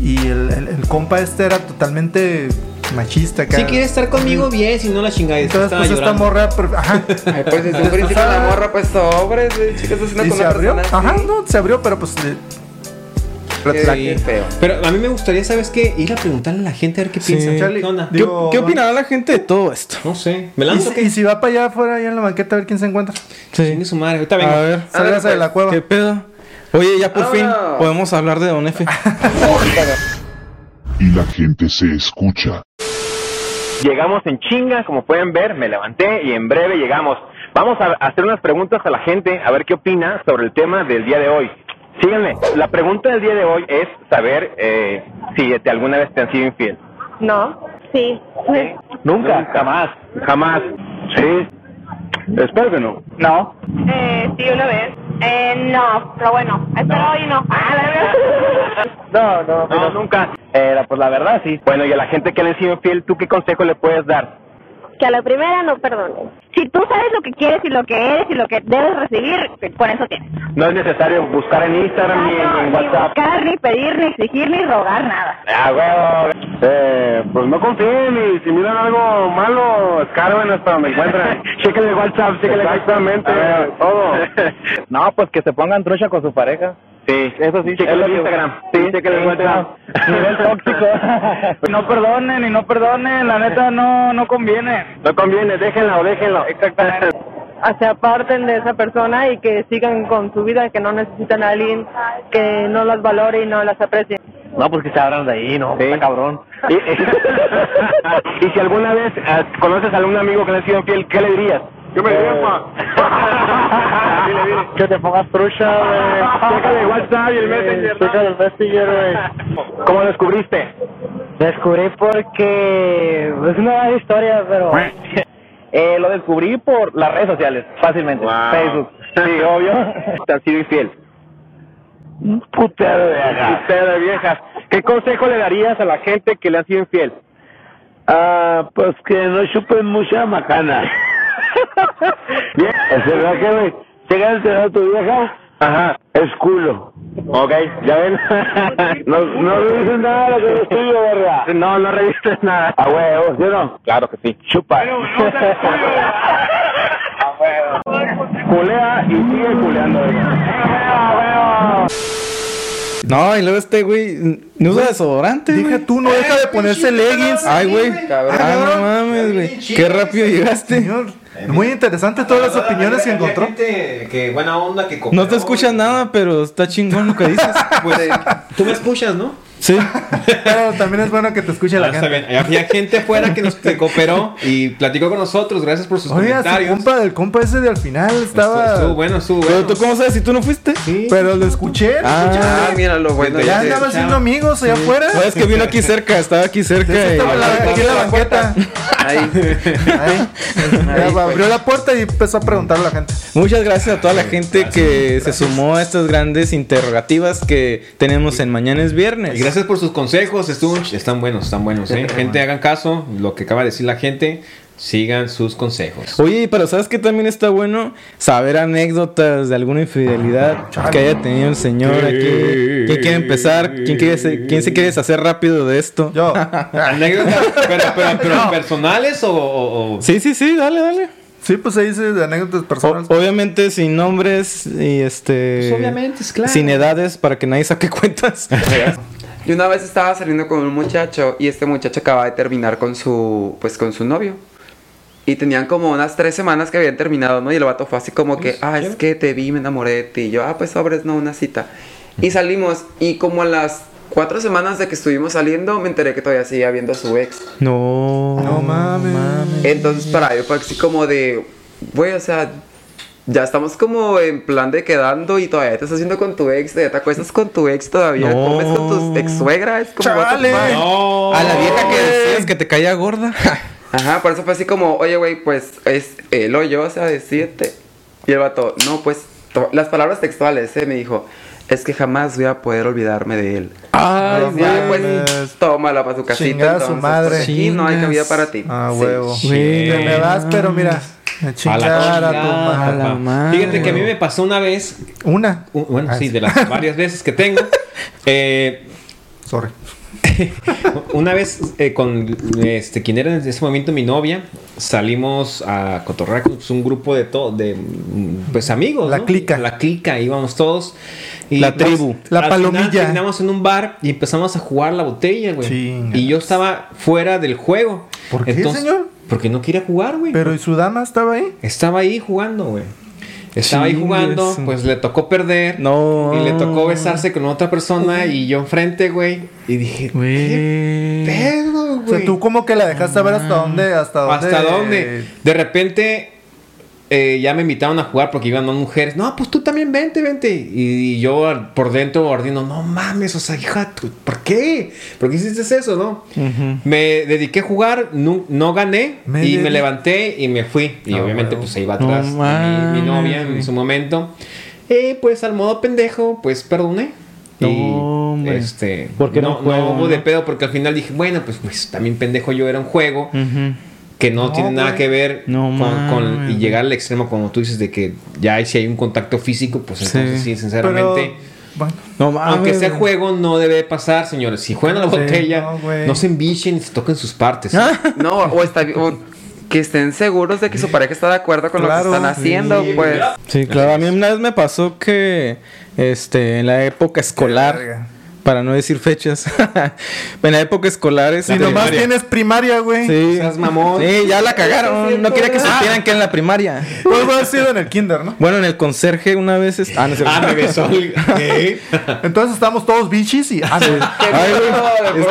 S3: Y el, el- el compa este era totalmente machista. acá.
S4: Si quiere estar conmigo bien, si no la chingada.
S3: Entonces
S4: estaba
S3: pues esta
S4: llorando.
S3: morra... per- Ajá.
S5: Ay, pues desde un principio la morra, pues sobres, eh, chicas, haciendo
S3: y
S5: con
S3: se
S5: una
S3: abrió.
S5: persona así.
S3: Ajá, no, se abrió, pero pues... le-
S5: Qué-
S4: Sí.
S5: qué feo.
S4: Pero a mí me gustaría, ¿sabes qué? Ir a preguntarle a la gente a ver qué
S2: Sí.
S4: piensa.
S3: Charlie,
S4: ¿Qué onda?
S2: ¿Qué,
S3: Digo,
S2: qué
S3: no-
S2: opinará la gente de todo esto?
S4: No sé. ¿Me
S3: Y
S4: lanzo o
S3: si,
S4: qué?
S3: y si va para allá afuera, allá en la banqueta, a ver quién se encuentra.
S4: Chingue su madre. Ahorita vengo.
S2: A ver, pues,
S3: Sálgase de la cueva.
S2: ¿qué pedo? Oye, ya por fin
S5: Vámonos.
S2: podemos hablar de Don F.
S6: y la gente se escucha.
S7: Llegamos en chinga, como pueden ver, me levanté y en breve llegamos. Vamos a hacer unas preguntas a la gente, a ver qué opina sobre el tema del día de hoy. Síganme. La pregunta del día de hoy es saber eh, si te- alguna vez te han sido infiel.
S8: No, sí.
S7: Nunca, jamás. Jamás. Sí. Espero que no. No.
S8: Eh, sí, una vez. Eh, no, pero bueno, espero hoy no. Ah, la verdad.
S7: No, no, nunca. Eh, pues la verdad, sí. Bueno, y a la gente que le han sido infiel, ¿tú qué consejo le puedes dar?
S8: que a la primera no perdones. Si tú sabes lo que quieres y lo que eres y lo que debes recibir, con eso tienes.
S7: No es necesario buscar en Instagram ni en-
S8: No,
S7: en
S8: ni
S7: WhatsApp.
S8: buscar, ni pedir, ni exigir, ni rogar nada.
S7: Ah, huevo. Eh, pues no confíen y si miran algo malo, escarben hasta donde encuentran. Chequen el WhatsApp, chequen Exactamente, todo. no, pues que se pongan trucha con su pareja. Sí, eso sí. Chequen el Instagram. Sí, chequen el WhatsApp. Nivel tóxico. no perdonen y no perdonen, la neta no, no conviene. No conviene, déjenla o déjenlo. Exactamente.
S9: se aparten de esa persona y que sigan con su vida, que no necesitan a alguien que no las valore y no las aprecie.
S7: No, pues que se abran de ahí, ¿no? cabrón. Y, y si alguna vez eh, conoces a algún amigo que le ha sido fiel, ¿qué le dirías? Yo me diría, Que te pongas trucha, güey. Checa el WhatsApp y el Messenger. Checa el Messenger, güey. ¿Cómo lo descubriste?
S9: Descubrí porque
S7: pues,
S9: es una mala historia, pero
S7: Eh, lo descubrí por las redes sociales, fácilmente. Facebook. Sí, obvio. Te has sido infiel. Un putero de viejas. Putero de viejas. ¿Qué consejo le darías a la gente que le ha sido infiel? Ah, pues que no chupen mucha macana. Bien, ¿será que me llega el teléfono tu vieja? Ajá, es culo. Ok, ya ven. no, no revises nada de lo que no es tuyo, ¿verdad? No, no revises nada. A huevo, ¿sí o no? Claro que sí. Chupa. A huevo. Culea y sigue culeando. A huevo.
S2: No, y luego este güey no usa desodorante.
S3: Dije
S2: güey.
S3: tú, no deja de ponerse leggings.
S2: Ay, güey.
S5: Cabrón.
S2: Ah, no mames, güey. Qué rápido llegaste.
S3: Señor, muy interesante todas las opiniones que encontró.
S4: que buena onda que
S2: No te escuchas nada, pero está chingón lo que dices.
S4: Pues, tú me escuchas, ¿no?
S2: Sí.
S3: Ah, Pero también es bueno que te escuche la
S4: Ah, está
S3: gente.
S4: bien. Había gente afuera que nos que cooperó y platicó con nosotros. Gracias por sus
S3: Oiga, su
S4: comentarios.
S3: compa, el compa ese de al final
S4: Estuvo-
S3: estaba.
S4: Estuvo bueno, estuvo bueno.
S2: Pero tú, ¿cómo sabes si tú no fuiste? Sí.
S3: Pero lo escuché. lo escuché.
S5: Ah, mira lo bueno.
S4: Ya
S3: ya
S4: te-
S3: andaba siendo amigos allá afuera.
S2: Sabes que vino aquí cerca, estaba aquí cerca.
S3: Ah, Sí,
S2: y-
S3: estaba en la- aquí en la banqueta.
S5: Ahí. pues,
S3: Ahí. Ya, abrió la puerta y empezó a preguntar a la gente.
S2: Muchas gracias a toda la gente que se sumó a estas grandes interrogativas que tenemos en Mañana es Viernes.
S4: Y gracias por sus consejos, estuvo- están buenos, están buenos, ¿eh? Gente, hagan caso, lo que acaba de decir la gente, sigan sus consejos.
S2: Oye, pero ¿sabes qué también está bueno? Saber anécdotas de alguna infidelidad que haya tenido el señor
S4: Sí.
S2: aquí. ¿Quién quiere empezar? ¿Quién, quiere se- quién se quiere deshacer rápido de esto?
S3: Yo.
S4: ¿Anécdotas, pero, pero- pero personales o...? o- o-
S2: Sí, sí, sí, dale, dale.
S3: Sí, pues ahí dice de anécdotas personales.
S4: Pues,
S2: O- obviamente sin nombres y este...
S4: obviamente, es claro.
S2: Sin edades para que nadie saque cuentas.
S5: Y una vez estaba saliendo con un muchacho y este muchacho acababa de terminar con su, pues con su novio. Y tenían como unas tres semanas que habían terminado, ¿no? Y el vato fue así como que, ah, es que te vi, me enamoré de ti. Y yo, ah, pues sobres, no, una cita. Y salimos y como a las cuatro semanas de que estuvimos saliendo, me enteré que todavía seguía viendo a su ex.
S2: oh. no.
S3: No mames.
S5: Entonces para mí fue así como de, güey, o sea, ya estamos como en plan de quedando y todavía te estás haciendo con tu ex, todavía te acuestas con tu ex, todavía
S2: No.
S5: comes con tu ex suegra, es como... what the
S3: Chale.
S5: fuck.
S4: No.
S2: A la vieja que decías que te caía gorda.
S5: Ajá, por eso fue así como, oye, güey, pues es el hoyo, o sea, de siete. Y el vato, no, pues to- las palabras textuales, ¿eh? Me dijo, es que jamás voy a poder olvidarme de él.
S2: Ay,
S5: Y ya, pues,
S3: mames.
S5: tómala para tu casita.
S3: Chingada su
S5: entonces,
S3: madre.
S5: porque Aquí no hay
S2: Chingas.
S5: cabida para ti.
S3: Ah,
S5: Sí.
S3: huevo.
S2: Sí.
S3: Te me vas, pero mira. A
S4: A
S3: chingar a
S4: la
S3: tu
S4: chingada,
S3: madre.
S4: papá.
S2: la madre.
S4: Fíjate que a mí me pasó una vez,
S3: Una.
S4: u- bueno,
S3: Ah,
S4: sí, de las varias veces que tengo, eh,
S3: Sorry.
S4: una vez eh, con este, quien era en ese momento mi novia, salimos a cotorrear con pues, un grupo de todo, de mm, pues amigos.
S3: La
S4: ¿no?
S3: clica.
S4: La clica, íbamos todos.
S2: La
S4: pues,
S2: tribu.
S3: La
S4: al final
S3: palomilla.
S4: terminamos en un bar y empezamos a jugar la botella, güey.
S3: Chingas.
S4: Y yo estaba fuera del juego.
S3: ¿Por qué, señor?
S4: Porque no quería jugar, güey.
S3: Pero ¿y su dama estaba ahí?
S4: Estaba ahí jugando, güey. Estaba ahí
S2: Chingues.
S4: jugando, pues le tocó perder.
S2: No.
S4: Y le tocó besarse con otra persona y yo enfrente, güey. Y dije, ¿qué pedo,
S3: O sea,
S4: güey?
S3: tú como que la dejaste ver hasta dónde, hasta dónde.
S4: ¿Hasta dónde? De repente eh, ya me invitaron a jugar porque iban dos mujeres. No, pues tú también vente, vente. Y, y yo al- por dentro ardiendo, no mames, o sea, hija, tú, ¿por qué? ¿Por qué hiciste eso, no? Me dediqué a jugar, nu- no, gané
S3: Me
S4: y
S3: dediqué-
S4: me levanté y me fui. Y obviamente pues ahí va
S2: Ah, No
S4: atrás de mi, mi
S2: mames,
S4: novia en
S2: güey.
S4: su momento. Y pues al modo pendejo, pues perdoné.
S2: No,
S4: Y
S2: hombre.
S4: este,
S2: Porque era
S4: no,
S2: un juego,
S4: no hubo
S2: ¿no?
S4: de pedo porque al final dije, bueno, pues, pues también pendejo yo era un juego que no,
S3: No,
S4: tiene nada
S3: güey.
S4: que ver
S2: No
S4: con, con-
S2: mames,
S4: y
S2: güey.
S4: llegar al extremo como tú dices de que ya hay- si hay un contacto físico pues entonces sí,
S2: Sí.
S4: sinceramente
S3: Pero, bueno,
S2: No mames.
S4: aunque sea
S2: güey.
S4: juego no debe pasar señores si juegan a la
S3: Sí,
S4: botella
S3: no,
S4: no,
S3: güey.
S4: se embichen y se toquen sus partes Ah,
S5: No, o, está, o que estén seguros de que su pareja está de acuerdo con
S3: Claro,
S5: lo que están
S3: sí.
S5: haciendo, pues.
S2: Sí, claro. A mí una vez me pasó que este, en la época escolar,
S3: verga.
S2: para no decir fechas, en la época escolar es...
S3: si
S4: La
S3: nomás
S4: primaria.
S3: tienes primaria, güey. Sí.
S2: Sí.
S4: Seas mamón.
S2: Sí, ya la cagaron. No quería que supieran que en la primaria.
S3: Pues va a haber sido en el kinder, ¿no?
S2: Bueno, en el conserje una vez... es- Ah, no es cierto.
S4: ah me besó el- ¿Qué?
S3: Entonces estamos todos bichis y. Ah, güey.
S2: Ay, güey,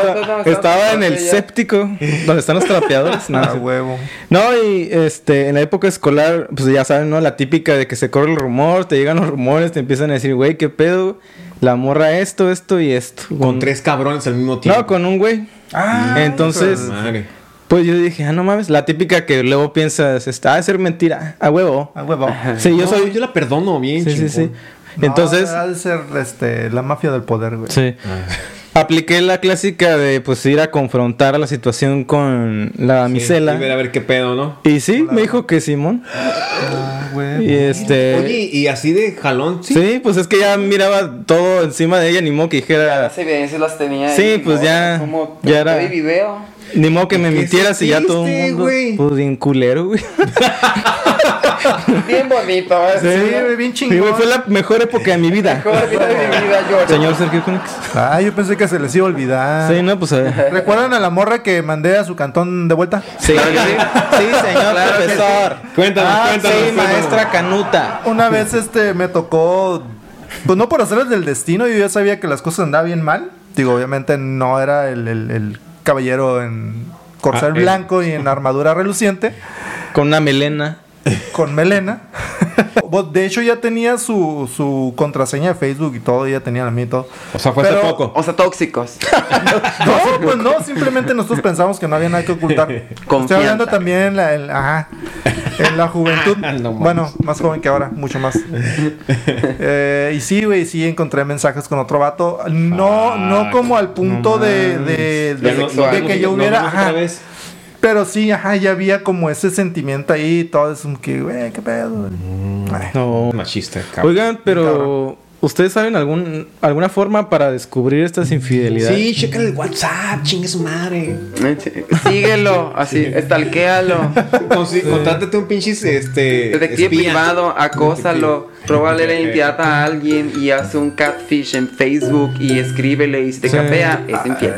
S2: esta- estaba en el
S5: set
S2: séptico, donde están los trapeadores. No,
S3: Ah,
S2: sí.
S3: huevo.
S2: No, y este, en la época escolar, pues ya saben, ¿no? La típica de que se corre el rumor, te llegan los rumores, te empiezan a decir, güey, qué pedo, la morra esto, esto y esto.
S4: con tres cabrones al mismo tiempo
S2: No, con un güey.
S3: Ah,
S2: Entonces,
S4: Madre.
S2: pues yo dije, ah, no mames, la típica que luego piensas, está, ha de ser mentira, a huevo.
S3: Ah, huevo.
S2: Sí, yo
S4: No,
S2: soy.
S4: yo la perdono bien
S2: Sí, sí, sí.
S4: chingón.
S3: No,
S2: Entonces,
S3: Ha de ser este, la mafia del poder, güey.
S2: sí.
S4: Ah.
S2: apliqué la clásica de pues ir a confrontar la situación con la
S4: Y ver
S2: damisela.
S4: a ver qué pedo, ¿no?
S2: Y sí, me dijo que Simón.
S3: Ah,
S2: Y este.
S4: Ah, Oye, y así de jalón, sí.
S2: ¿Sí? pues es que ya miraba todo encima de ella, ni modo que dijera.
S5: Las evidencias las tenía.
S2: Sí,
S5: y
S2: pues
S5: no,
S2: ya-
S5: Como
S2: ya era-
S5: y video.
S2: Ni modo que me
S4: ¿Qué
S2: mintieras y ya todo el
S4: sentiste,
S2: mundo.
S4: güey?
S2: Pues bien culero, güey.
S5: Bien bonito. ¿eh?
S3: Sí,
S5: Sí,
S3: güey, bien
S2: Sí, güey,
S3: chingón.
S2: fue la mejor época de mi vida.
S5: mejor vida de mi vida, yo.
S2: Señor Sergio Conex.
S3: Ah, yo pensé que se les iba a
S4: Ah.
S3: olvidar.
S2: Sí, no, pues a ver.
S3: ¿Recuerdan a la morra que mandé a su cantón de vuelta?
S2: Sí, sí, señor
S5: Claro que
S2: profesor.
S4: Cuéntanos,
S2: Ah,
S4: cuéntanos,
S2: Sí,
S4: cuéntanos.
S2: maestra Canuta.
S3: Una vez este me tocó, pues no por hacerles del destino, yo ya sabía que las cosas andaban bien mal. Digo, obviamente no era el, el- el caballero en corcel
S4: Ah, él.
S3: blanco y en armadura reluciente,
S2: Con una melena.
S3: con melena. Vos, de hecho ya tenía su, su contraseña de Facebook y todo, ya tenía la mía y todo.
S4: O sea, fue hace
S3: Pero-
S4: poco.
S5: O sea, tóxicos.
S3: No, pues no, simplemente nosotros pensamos que no había nada que ocultar. Estoy
S5: Confianza.
S3: hablando también en la, en- ajá, en la juventud.
S4: No mames.
S3: bueno, más joven que ahora, mucho más. Eh, y sí, güey, sí encontré mensajes con otro vato. No, no como al punto de, de- de-
S4: Ya no-
S5: sexual.
S3: de
S4: no-
S3: que yo
S4: no-
S3: hubiera.
S4: no- no-
S3: ajá,
S4: otra vez.
S3: pero sí, ajá, ya había como ese sentimiento ahí. Todo es un que, güey, qué pedo. Ay.
S2: No.
S4: Machista, cabrón.
S2: Oigan, pero. ¿Ustedes saben algún, alguna forma para descubrir estas infidelidades?
S4: Sí, checa el WhatsApp, chingue su madre.
S5: Síguelo, así, estalquéalo.
S4: Consi- Contrátate un pinche este.
S5: Detective
S4: espía.
S5: privado, acósalo, róbale la identidad a alguien y haz un catfish en Facebook y escríbele y si te
S2: Sí.
S5: capea, es infiel.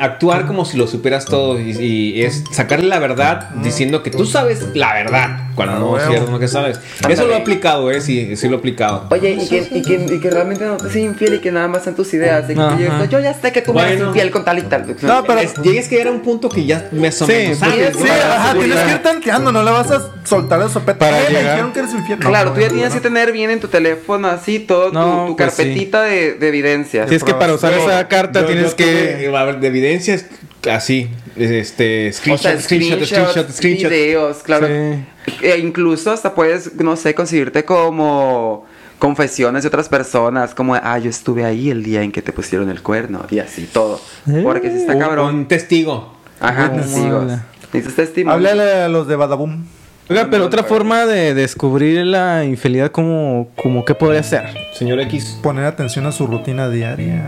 S4: Actuar como si lo supieras todo y, y es sacarle la verdad diciendo que tú sabes la verdad cuando no es
S3: huevo.
S4: cierto, no que sabes. Eso lo he aplicado, eh, sí, sí lo he aplicado.
S5: Oye, y que, y, que, y que realmente no te sea infiel y que nada más sean tus ideas. de que
S2: Ajá.
S5: yo, digo, yo ya sé que tú me eres
S4: Bueno.
S5: infiel con tal y tal.
S3: No, pero-
S4: Es- llegues que era un punto que ya me asomé.
S2: Sí, porque-
S3: Sí, ajá, tienes que ir tanteando, no le vas a soltar el sopete.
S2: Para
S3: Eh, me
S2: llegar.
S3: dijeron que eres infiel. No,
S5: Claro, tú ya
S3: güey,
S5: tienes
S3: no.
S5: que tener bien en tu teléfono así todo tu-
S2: No,
S5: tu,
S2: pues sí.
S5: carpetita de, de evidencias.
S2: Si es que para usar
S4: Yo-
S2: esa carta
S4: yo-
S2: tienes
S4: yo
S2: que.
S4: tuve, a ver, de evidencias así, este,
S5: O
S4: screenshot,
S5: sea,
S4: screenshot, screenshot, screenshot.
S5: videos, claro.
S2: Sí.
S5: E incluso hasta puedes, no sé, conseguirte como confesiones de otras personas, como, ah, yo estuve ahí el día en que te pusieron el cuerno y así todo. Porque si
S3: Eh.
S5: está
S4: Un-
S5: cabrón.
S4: Un testigo.
S3: Oh,
S5: Ajá,
S2: ¿Cómo
S5: testigos.
S2: habla?
S5: Necesitas testimonio.
S3: Háblale a los de Badaboom.
S2: Oiga, pero otra forma de descubrir la infidelidad, como, como qué podría ser.
S4: Señor X.
S3: Poner atención a su rutina diaria.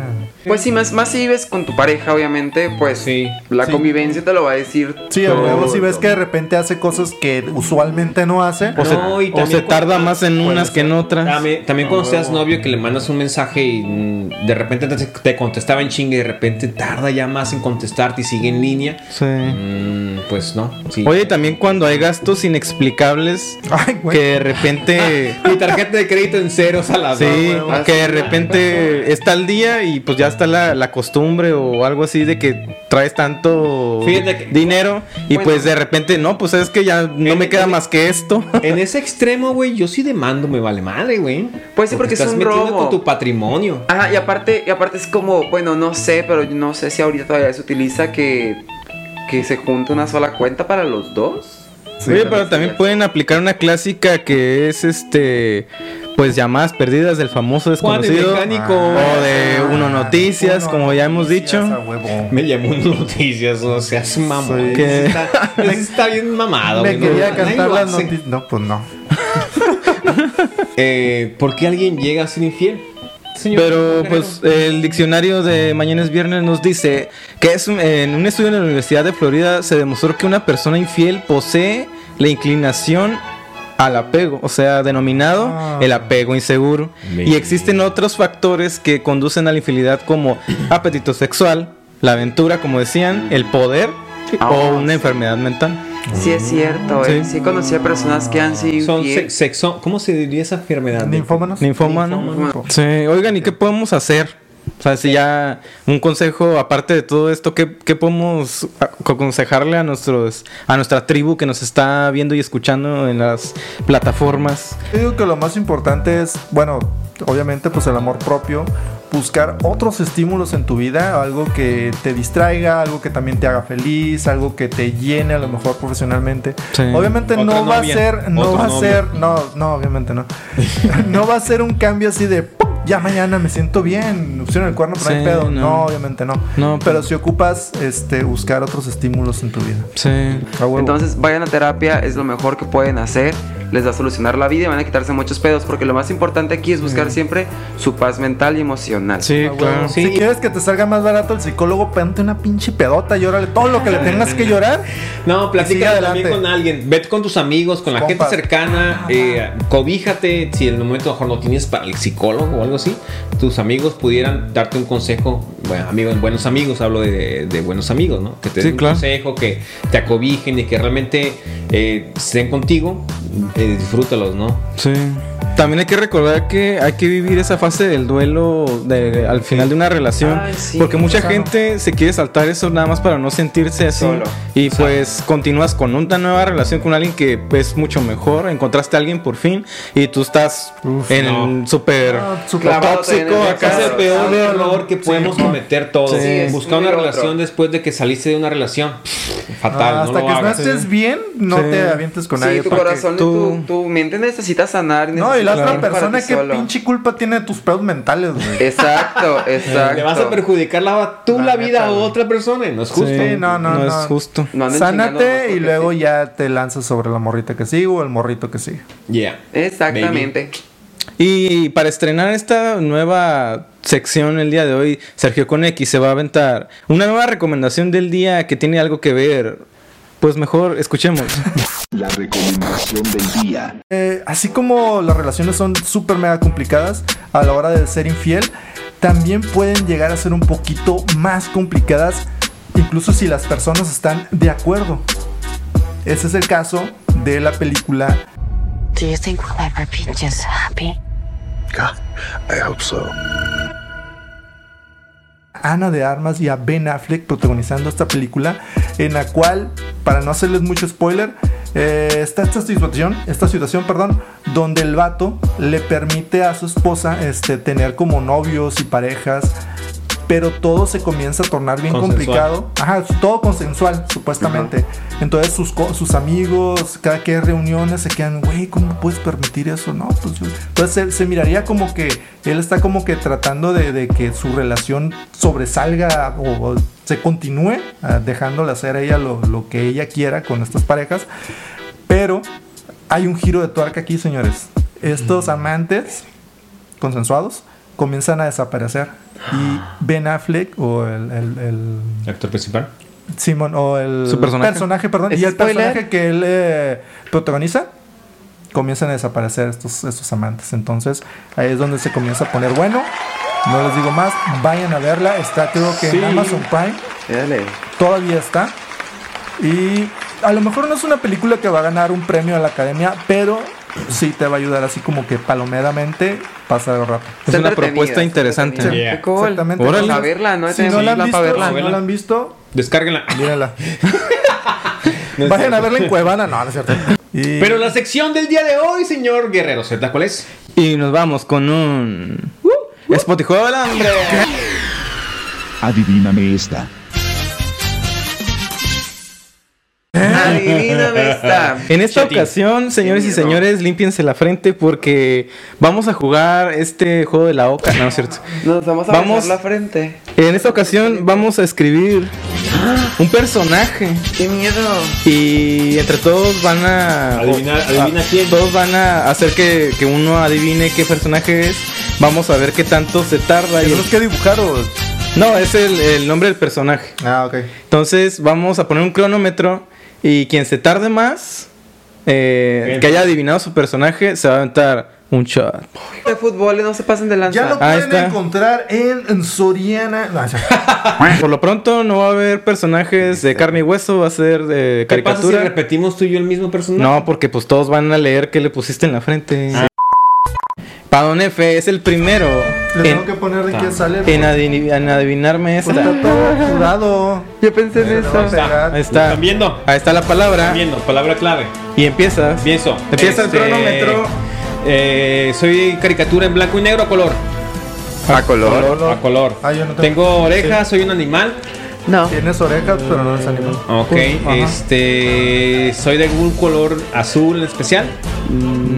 S5: Pues si más, más si vives con tu pareja, obviamente, pues
S4: Sí.
S5: la
S3: Sí.
S5: convivencia te lo va a decir.
S3: Sí, a huevo, si ves que de repente hace cosas que usualmente no hace.
S2: O, se,
S4: No, y
S2: o se
S4: también-
S2: tarda más en unas que en otras.
S4: También, también cuando seas novio que le mandas un mensaje y mm, de repente te, te contestaba en chingue y de repente tarda ya más en contestarte y sigue en línea.
S2: Sí.
S4: Mm, pues no. sí.
S2: Oye, también cuando hay gastos inexplicables
S3: Ay, güey.
S2: que de repente.
S4: Mi tarjeta de crédito en ceros a la
S2: Sí,
S4: vez.
S2: que de repente está el día y pues ya está la, la costumbre o algo así de que traes tanto
S4: Fíjate que-
S2: dinero y
S5: Bueno.
S2: pues de repente no, pues es que ya no
S4: En-
S2: me queda
S4: en-
S2: más que esto.
S4: En ese extremo, güey, yo sí demando, me vale madre, güey.
S5: Pues sí, porque es
S4: estás
S5: un
S4: metiendo
S5: robo.
S4: con tu patrimonio.
S5: Ajá, y aparte, y aparte es como, bueno, no sé, pero yo no sé si ahorita todavía se utiliza que, que se junta una sola cuenta para los dos.
S2: Oye, pero también pueden aplicar una clásica que es este, pues llamadas perdidas del famoso
S4: Juan, el
S2: desconocido
S4: mecánico.
S2: o de Uno Noticias,
S3: Ah, Uno
S2: como ya hemos
S3: Noticias, a
S2: dicho.
S3: huevo.
S4: Me llamó un noticias, o sea, es mamón.
S2: Sí.
S4: Eso Está, eso está bien mamado,
S3: Me
S4: güey. no,
S3: quería
S4: nadie
S3: cantar
S4: lo
S3: las
S4: hace.
S3: noticias. No, pues no.
S4: Eh, ¿Por qué alguien llega a ser infiel? Señor
S2: Pero
S4: Guerrero.
S2: pues el diccionario de mañana es viernes nos dice que es un- en un estudio en la Universidad de Florida se demostró que una persona infiel posee la inclinación al apego, o sea, denominado
S3: Ah.
S2: el apego inseguro.
S4: Me-
S2: Y existen otros factores que conducen a la infidelidad como apetito sexual, la aventura, como decían, el poder
S5: Ah,
S2: o
S5: sí.
S2: una enfermedad mental.
S5: Sí, es cierto, ¿eh?
S2: Sí.
S5: Sí, conocí a personas que han sido
S4: Son
S5: infiel.
S4: sex- sexo. ¿Cómo se diría esa enfermedad?
S3: Ninfómanos.
S2: Ninfómano.
S5: Ninfómano.
S2: Sí, oigan, ¿y qué podemos hacer? O sea, si ya un consejo aparte de todo esto, ¿qué, qué podemos ac- aconsejarle a nuestros a nuestra tribu que nos está viendo y escuchando en las plataformas?
S3: Yo digo que lo más importante es, bueno, obviamente pues el amor propio, buscar otros estímulos en tu vida, algo que te distraiga, algo que también te haga feliz, algo que te llene a lo mejor profesionalmente.
S2: Sí.
S3: Obviamente
S4: Otra
S3: no va a
S4: novia,
S3: ser, no
S4: otro
S3: va a
S4: novio.
S3: ser, no, no, obviamente no. no va a ser un cambio así de ¡pum! ya mañana me siento bien, opción el cuerno, pero no hay
S2: Sí,
S3: pedo. No.
S2: no.
S3: obviamente no.
S2: No, pues
S3: pero
S2: pero-
S3: si ocupas este buscar otros estímulos en tu vida.
S2: Sí.
S3: A huevo.
S5: Entonces vayan a terapia, es lo mejor que pueden hacer, les va a solucionar la vida y van a quitarse muchos pedos, porque lo más importante aquí es buscar siempre su paz mental y emocional.
S2: Sí,
S3: A huevo.
S2: claro.
S3: Ah, Si quieres que te salga más barato el psicólogo, pégate una pinche pedota, llórale todo lo que le tengas que llorar.
S4: No,
S3: Sigue
S4: platica
S3: adelante.
S4: también con alguien. Vete con tus amigos, con la
S3: Compas.
S4: gente cercana. eh, cobíjate. Si en el momento a lo mejor no tienes para el psicólogo o algo así, tus amigos pudieran darte un consejo. Bueno, amigos, buenos amigos, hablo de, de buenos amigos, ¿no? Que te
S2: Sí,
S4: den
S2: claro.
S4: un consejo, que te acobijen y que realmente eh, estén contigo. eh, disfrútalos, ¿no?
S2: Sí. También hay que recordar que hay que vivir esa fase del duelo de- al final de una relación.
S5: Ay, sí,
S2: porque mucha
S5: Lozano.
S2: gente se quiere saltar eso nada más para no sentirse así.
S5: Solo.
S2: Y pues continúas con una nueva relación con alguien que es mucho mejor. Encontraste a alguien por fin y tú estás
S3: Uf,
S2: en
S4: no.
S2: súper
S3: Ah, súper
S5: Clavado
S2: tóxico.
S5: también en el
S2: Acá
S4: Es
S2: se
S4: el
S5: Claro,
S4: peor
S5: claro.
S4: error que podemos cometer todos.
S2: Sí, es
S4: Buscar
S5: un
S4: una
S5: error.
S4: relación después de que saliste de una relación. Pff, Fatal.
S3: Ah, hasta
S4: no lo
S3: que no
S4: hagas.
S3: estés bien, no
S2: Sí.
S3: te avientes con
S5: Sí,
S3: nadie.
S5: tu
S3: porque-
S5: corazón
S2: tú-
S5: y tu, tu mente necesita sanar.
S3: No, y
S5: necesita
S3: la otra
S5: estar para
S3: persona,
S5: ti
S3: ¿qué
S5: solo. Eh,
S3: pinche culpa tiene de tus pedos mentales, güey?
S5: Exacto, exacto.
S4: Le vas a perjudicar la, tú
S3: La
S4: la, vida
S3: neta,
S4: a
S3: güey.
S4: otra persona. No es justo.
S3: Sí, no, no, no.
S2: es justo.
S5: No anden chingando nomás
S3: Sánate y
S5: porque
S3: luego
S5: sí.
S3: ya te lanzas sobre la morrita que sigue o el morrito que sigue.
S4: Yeah.
S5: Exactamente.
S2: Y para estrenar esta nueva sección el día de hoy, Sergio con X se va a aventar una nueva recomendación del día que tiene algo que ver. Pues mejor escuchemos.
S6: La recomendación del día.
S3: Eh, así como las relaciones son súper mega complicadas a la hora de ser infiel, también pueden llegar a ser un poquito más complicadas, incluso si las personas están de acuerdo. Ese es el caso de la película
S10: Do you think we'll ever be just happy?
S3: Ana de Armas y a Ben Affleck protagonizando esta película, en la cual, para no hacerles mucho spoiler, eh, está esta situación, esta situación, perdón, donde el vato le permite a su esposa este, tener como novios y parejas, pero todo se comienza a tornar bien
S4: Consensual.
S3: complicado. Ajá, todo consensual, supuestamente. Entonces sus, co- sus amigos, cada que hay reuniones, se quedan, güey, ¿cómo puedes permitir eso? No, pues yo-". Entonces él- se miraría como que él está como que tratando de, de que su relación sobresalga o, o se continúe, ah, dejándole hacer a ella lo, lo que ella quiera con estas parejas. Pero hay un giro de tuerca aquí, señores. Estos amantes consensuados comienzan a desaparecer. Y Ben Affleck o el- el- el
S4: Actor principal.
S3: Simón o el
S2: Su personaje.
S3: perdón,
S5: ¿Es
S3: y el
S5: spoiler?
S3: personaje que él eh, protagoniza comienzan a desaparecer estos estos amantes. Entonces, ahí es donde se comienza a poner bueno. No les digo más, vayan a verla, está creo que en
S4: Sí.
S3: Amazon Prime
S5: Dale.
S3: todavía está. Y a lo mejor no es una película que va a ganar un premio a la academia, pero sí te va a ayudar así como que palomeramente pasar el rato.
S2: Es
S5: Está
S2: una
S5: entretenida,
S2: propuesta
S5: está
S2: interesante.
S5: entretenida.
S4: Yeah.
S5: Qué cool.
S3: Exactamente.
S2: Órale.
S5: Para verla, ¿no?
S3: Si no la han
S5: Para
S3: visto,
S5: verla.
S3: si no la han visto,
S4: Descárguenla.
S3: mírenla.
S4: No es
S3: Vayan a
S4: cierto.
S3: verla en Cuevana, no, no es cierto. Y-
S4: Pero la sección del día de hoy, señor Guerrero Z, ¿cuál es?
S2: Y nos vamos con un.
S5: Uh,
S2: Spotify del hambre.
S6: Adivíname esta.
S5: Adivíname esta.
S2: En esta
S4: Chatín.
S2: ocasión, señores y
S5: miedo.
S2: señores, límpiense la frente porque vamos a jugar este juego de la oca. No, no es cierto.
S5: Nos vamos a
S2: Vamos.
S5: besar la frente.
S2: En esta ocasión vamos a escribir un personaje.
S5: ¡Qué miedo!
S2: Y entre todos van a.
S4: Adivinar-
S2: o-
S4: adivina
S2: a-
S4: quién.
S2: Todos van a hacer que, que uno adivine qué personaje es. Vamos a ver qué tanto se tarda. y-
S3: Tenemos que dibujar o.
S2: No, es el, el nombre del personaje.
S3: Ah, ok.
S2: Entonces vamos a poner un cronómetro. Y quien se tarde más, eh,
S4: Bien.
S2: que haya adivinado su personaje, se va a aventar un shot.
S5: De fútbol, no se pasen de lanza.
S3: Ya lo
S2: Ahí
S3: pueden
S2: está.
S3: encontrar en, en Soriana. No, es-
S2: Por lo pronto no va a haber personajes de carne y hueso, va a ser de
S4: Este. ¿Qué pasa si
S2: caricatura.
S4: repetimos tú y yo el mismo personaje?
S2: No, porque pues todos van a leer que le pusiste en la frente.
S3: Ah.
S2: Padón F es el primero
S3: Le tengo
S2: en,
S3: que poner de quién sale.
S2: en adiv- en adivinarme
S3: porque
S2: esta.
S3: Está todo jurado.
S5: Yo pensé en
S3: Le va a
S4: Ah,
S5: eso.
S3: pegar.
S2: Ahí está.
S4: ¿Están viendo?
S2: Ahí está la palabra.
S4: Viendo, palabra clave.
S2: Y empiezas.
S4: Pienso. Este,
S2: Empieza el cronómetro.
S4: eh, soy caricatura en blanco y negro a color.
S5: A color.
S4: A color.
S3: Ah, yo no tengo-
S4: tengo orejas, soy un animal.
S5: No.
S3: Tienes orejas, pero no eres animal.
S4: Ok,
S3: Ajá.
S4: este. Soy de algún color azul en especial.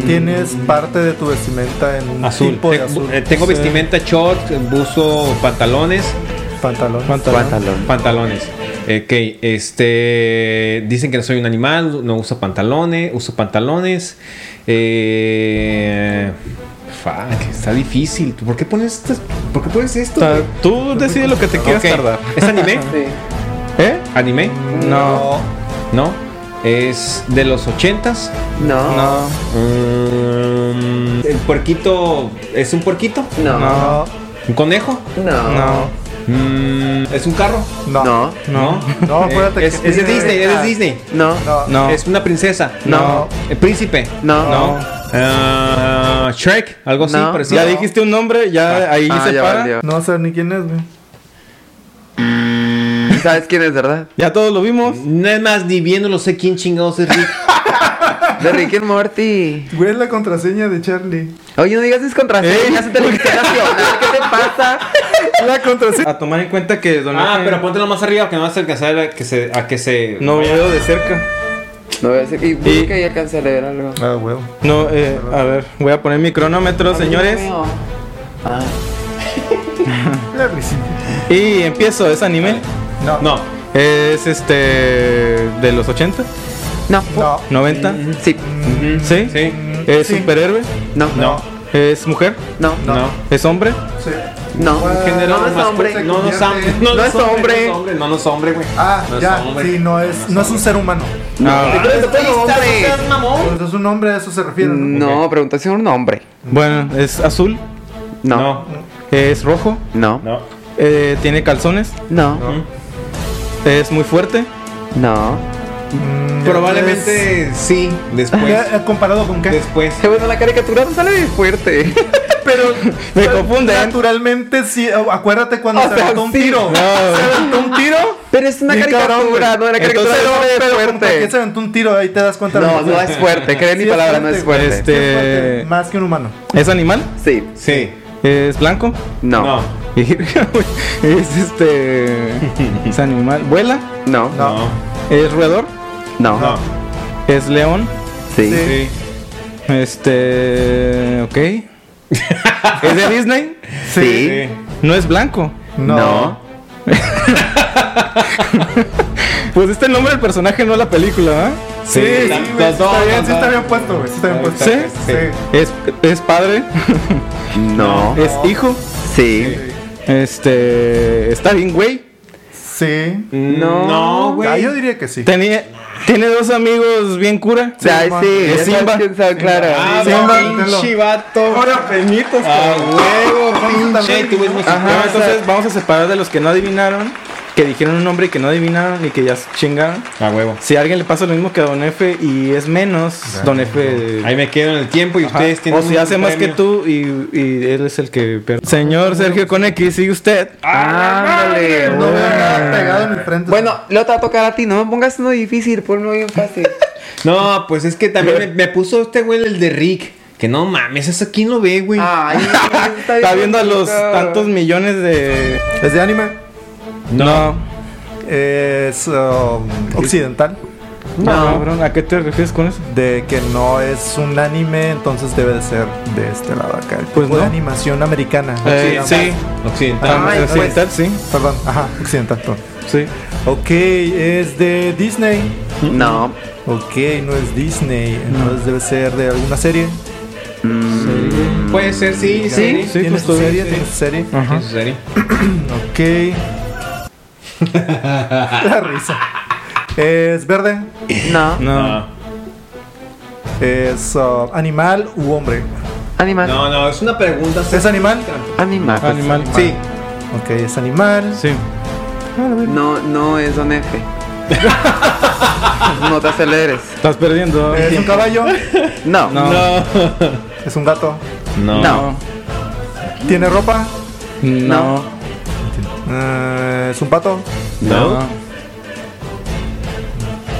S3: Tienes parte de tu vestimenta en un
S4: Azul.
S3: tipo de
S4: Te-
S3: azul.
S4: eh, tengo
S3: Sí.
S4: vestimenta short, buzo, pantalones.
S3: Pantalón.
S4: Pantalones. Ok, este. Dicen que no soy un animal, no uso pantalones, uso pantalones. Eh. Fuck, está difícil. ¿Por qué pones, estas- ¿por qué pones esto?
S2: Ta-
S4: güey?
S2: Tú decides lo que te quieras
S4: Ok,
S2: tardar.
S4: ¿Es anime?
S2: ¿Eh?
S4: ¿Anime?
S2: No.
S4: ¿No? ¿Es de los ochentas?
S5: No.
S2: No.
S4: Mm, ¿El puerquito es un puerquito?
S5: No. No.
S2: No.
S4: ¿Un conejo?
S5: No.
S2: No.
S4: Mm, ¿Es un carro?
S3: No.
S5: No.
S2: No.
S3: No, acuérdate
S4: Eh, es,
S3: que
S4: es de
S3: tiene-
S4: Disney, es de Disney.
S5: No.
S3: No.
S2: No.
S4: ¿Es una princesa?
S5: No.
S4: ¿El príncipe?
S5: No.
S4: No. Ah, Shrek, algo así,
S5: No.
S4: parecido.
S2: Ya dijiste un nombre, ya ahí
S5: Ah,
S2: se
S5: ya
S2: para.
S5: valió.
S3: No sé ni quién es, güey.
S5: ¿Sabes quién es, verdad?
S2: Ya todos lo vimos.
S4: Nada más ni viéndolo sé quién chingados es Rick.
S5: De Rick and Morty.
S3: Güey, es la contraseña de Charlie.
S5: Oye, no digas mis contraseñas en televisión nacional. ¿Qué te pasa?
S3: La contraseña.
S2: A tomar en cuenta que Don
S4: ah,
S2: Eugene
S4: pero
S3: pues
S4: póntelo más arriba que no vas a alcanzar a que se. A que se...
S2: no veo de cerca.
S5: No voy a decir. Y busca y alcanza a leer algo.
S3: Ah, güey.
S2: No, eh, a ver, voy a poner mi cronómetro, señores.
S3: La risita.
S2: Y empiezo, es anime.
S3: No.
S4: No.
S2: Es este de los 80,
S5: No.
S3: No.
S2: 90.
S5: Sí.
S2: ¿Sí?
S4: Sí.
S2: ¿Es
S3: Sí.
S2: superhéroe?
S5: No.
S4: No.
S2: ¿Es mujer?
S5: No.
S4: No.
S3: No.
S2: ¿Es hombre?
S3: Sí.
S5: No.
S3: Un género
S5: no es
S4: masculino.
S5: hombre.
S4: No, no es
S3: Se
S4: hombre.
S3: convierte-
S5: No es hombre.
S4: No es hombre, no, no es hombre, güey.
S3: Ah,
S4: No es
S3: ya.
S4: hombre.
S3: Sí, no es, no es un ser humano.
S2: Ah,
S3: Pues es un hombre, a eso se refiere. ¿no?
S5: No, pregunta si es un hombre.
S2: Bueno, ¿es azul?
S5: No.
S2: ¿Es rojo?
S5: No.
S4: No.
S2: Eh, ¿Tiene calzones?
S5: No.
S2: ¿Es muy fuerte?
S5: No.
S3: Mm,
S4: Probablemente sí,
S3: es-
S4: después.
S3: Ya, eh, ¿Comparado con qué?
S4: después.
S5: Qué bueno, la caricatura no sale bien fuerte.
S3: Pero
S2: Me confunden.
S3: Naturalmente, sí. eh, Acuérdate cuando
S5: O
S3: se
S5: sea,
S3: aventó un
S5: sí.
S3: tiro.
S2: No.
S3: Se aventó un tiro.
S5: Pero es una
S3: Bien cabrón, güey.
S5: caricatura, no era caricatura
S3: Entonces,
S5: no
S3: pero,
S5: es
S3: pero ¿por qué se
S5: fuerte.
S3: aventó un tiro? Ahí te das cuenta. de
S5: No,
S3: lo que-
S5: no es fuerte, creen mi
S3: Sí es
S5: palabra, no es
S3: fuerte,
S5: fuerte.
S2: Este-
S3: Sí es fuerte, Más que un humano.
S2: ¿Es animal?
S5: Sí.
S4: Sí.
S2: ¿Es blanco?
S5: No.
S4: No.
S2: ¿Es este... ¿Es animal? ¿Vuela?
S5: No.
S3: No.
S4: No.
S2: ¿Es roedor?
S5: No.
S4: No.
S2: ¿Es león?
S5: Sí.
S3: Sí.
S4: Sí.
S2: Este... Ok. ¿Es de Disney?
S5: Sí.
S4: Sí.
S2: No es blanco.
S5: No.
S2: Pues este es el nombre del personaje, no la película, ¿ah?
S3: Sí, sí, güey,
S4: Sí, los
S3: sí
S4: dos,
S3: está bien,
S4: los
S3: sí está
S4: dos.
S3: bien puesto, güey. Sí está bien puesto.
S2: ¿Sí?
S3: Sí.
S2: ¿Es, es padre?
S5: No.
S2: ¿Es hijo?
S5: Sí.
S2: Este... ¿Está bien, güey?
S3: Sí.
S5: No.
S4: No,
S3: Ah, yo
S4: güey.
S3: diría que sí.
S2: Tenía... Tiene dos amigos bien cura.
S5: O sea,
S3: Simba.
S5: sí,
S2: Es
S5: ya sabes
S2: Simba.
S5: quién sabe, claro.
S4: Ah,
S3: Sí,
S4: no, pinche vato.
S3: Ahora Peñitos.
S4: A huevo,
S3: Vamos a
S4: Ah, pinche.
S3: también.
S4: Tuvimos
S2: Ajá,
S4: que-
S2: entonces vamos a separar de los que no adivinaron, que dijeron un nombre y que no adivinaron y que ya se chingaron.
S4: A huevo.
S2: Si a alguien le pasa lo mismo que a Don F y es menos, Don F.
S4: Ahí me quedo en el tiempo y
S2: Ajá.
S4: ustedes tienen.
S2: o si
S4: un
S2: hace más que
S4: premio.
S2: tú y, y él es el que pierde. Señor Sergio con X, sigue usted.
S5: Ándale.
S3: No veo nada pegado en mi frente.
S5: Bueno, lo te va a tocar a ti, no me pongas uno difícil, ponlo bien fácil.
S4: No, pues es que también me, me puso este güey el de Rick. Que no mames, ¿eso quién lo ve, güey?
S5: Ay,
S2: Está viendo a los
S5: bonito.
S2: tantos millones de.
S3: es de anime.
S2: No.
S3: Es um, occidental.
S2: No, cabrón, ¿a qué te refieres con eso?
S3: De que no es un anime, entonces debe de ser de este lado acá. El
S2: Pues
S3: tipo de
S2: no.
S3: animación americana.
S2: Eh, sí.
S4: Occidental.
S2: Ah,
S5: Ay, pues.
S2: occidental, sí.
S3: Perdón, ajá, occidental. perdón.
S2: Sí.
S3: Ok, es de Disney.
S5: No.
S3: Ok, no es Disney, entonces debe ser de alguna serie.
S4: Puede ser, sí,
S2: Sí,
S4: sí.
S3: ¿Tiene
S2: pues,
S3: su
S2: todavía
S3: serie?
S2: sí. Ah.
S3: ¿Tiene su serie?
S2: Ajá.
S4: ¿En serio?
S3: Ok. La risa. ¿Es verde?
S5: No.
S2: No.
S4: No.
S3: ¿Es ah, animal u hombre?
S5: Animal.
S4: no, no, es una pregunta.
S3: ¿Es animal?
S5: Animal.
S2: Animal.
S4: Sí.
S3: Ok, es animal.
S2: Sí.
S5: No, no es Don F. no te aceleres.
S2: Estás perdiendo.
S3: ¿Es un caballo?
S5: No.
S2: No.
S3: ¿Es un gato?
S4: No.
S5: No.
S3: ¿Tiene ropa?
S2: No.
S3: Eh, ¿Es un pato?
S4: No.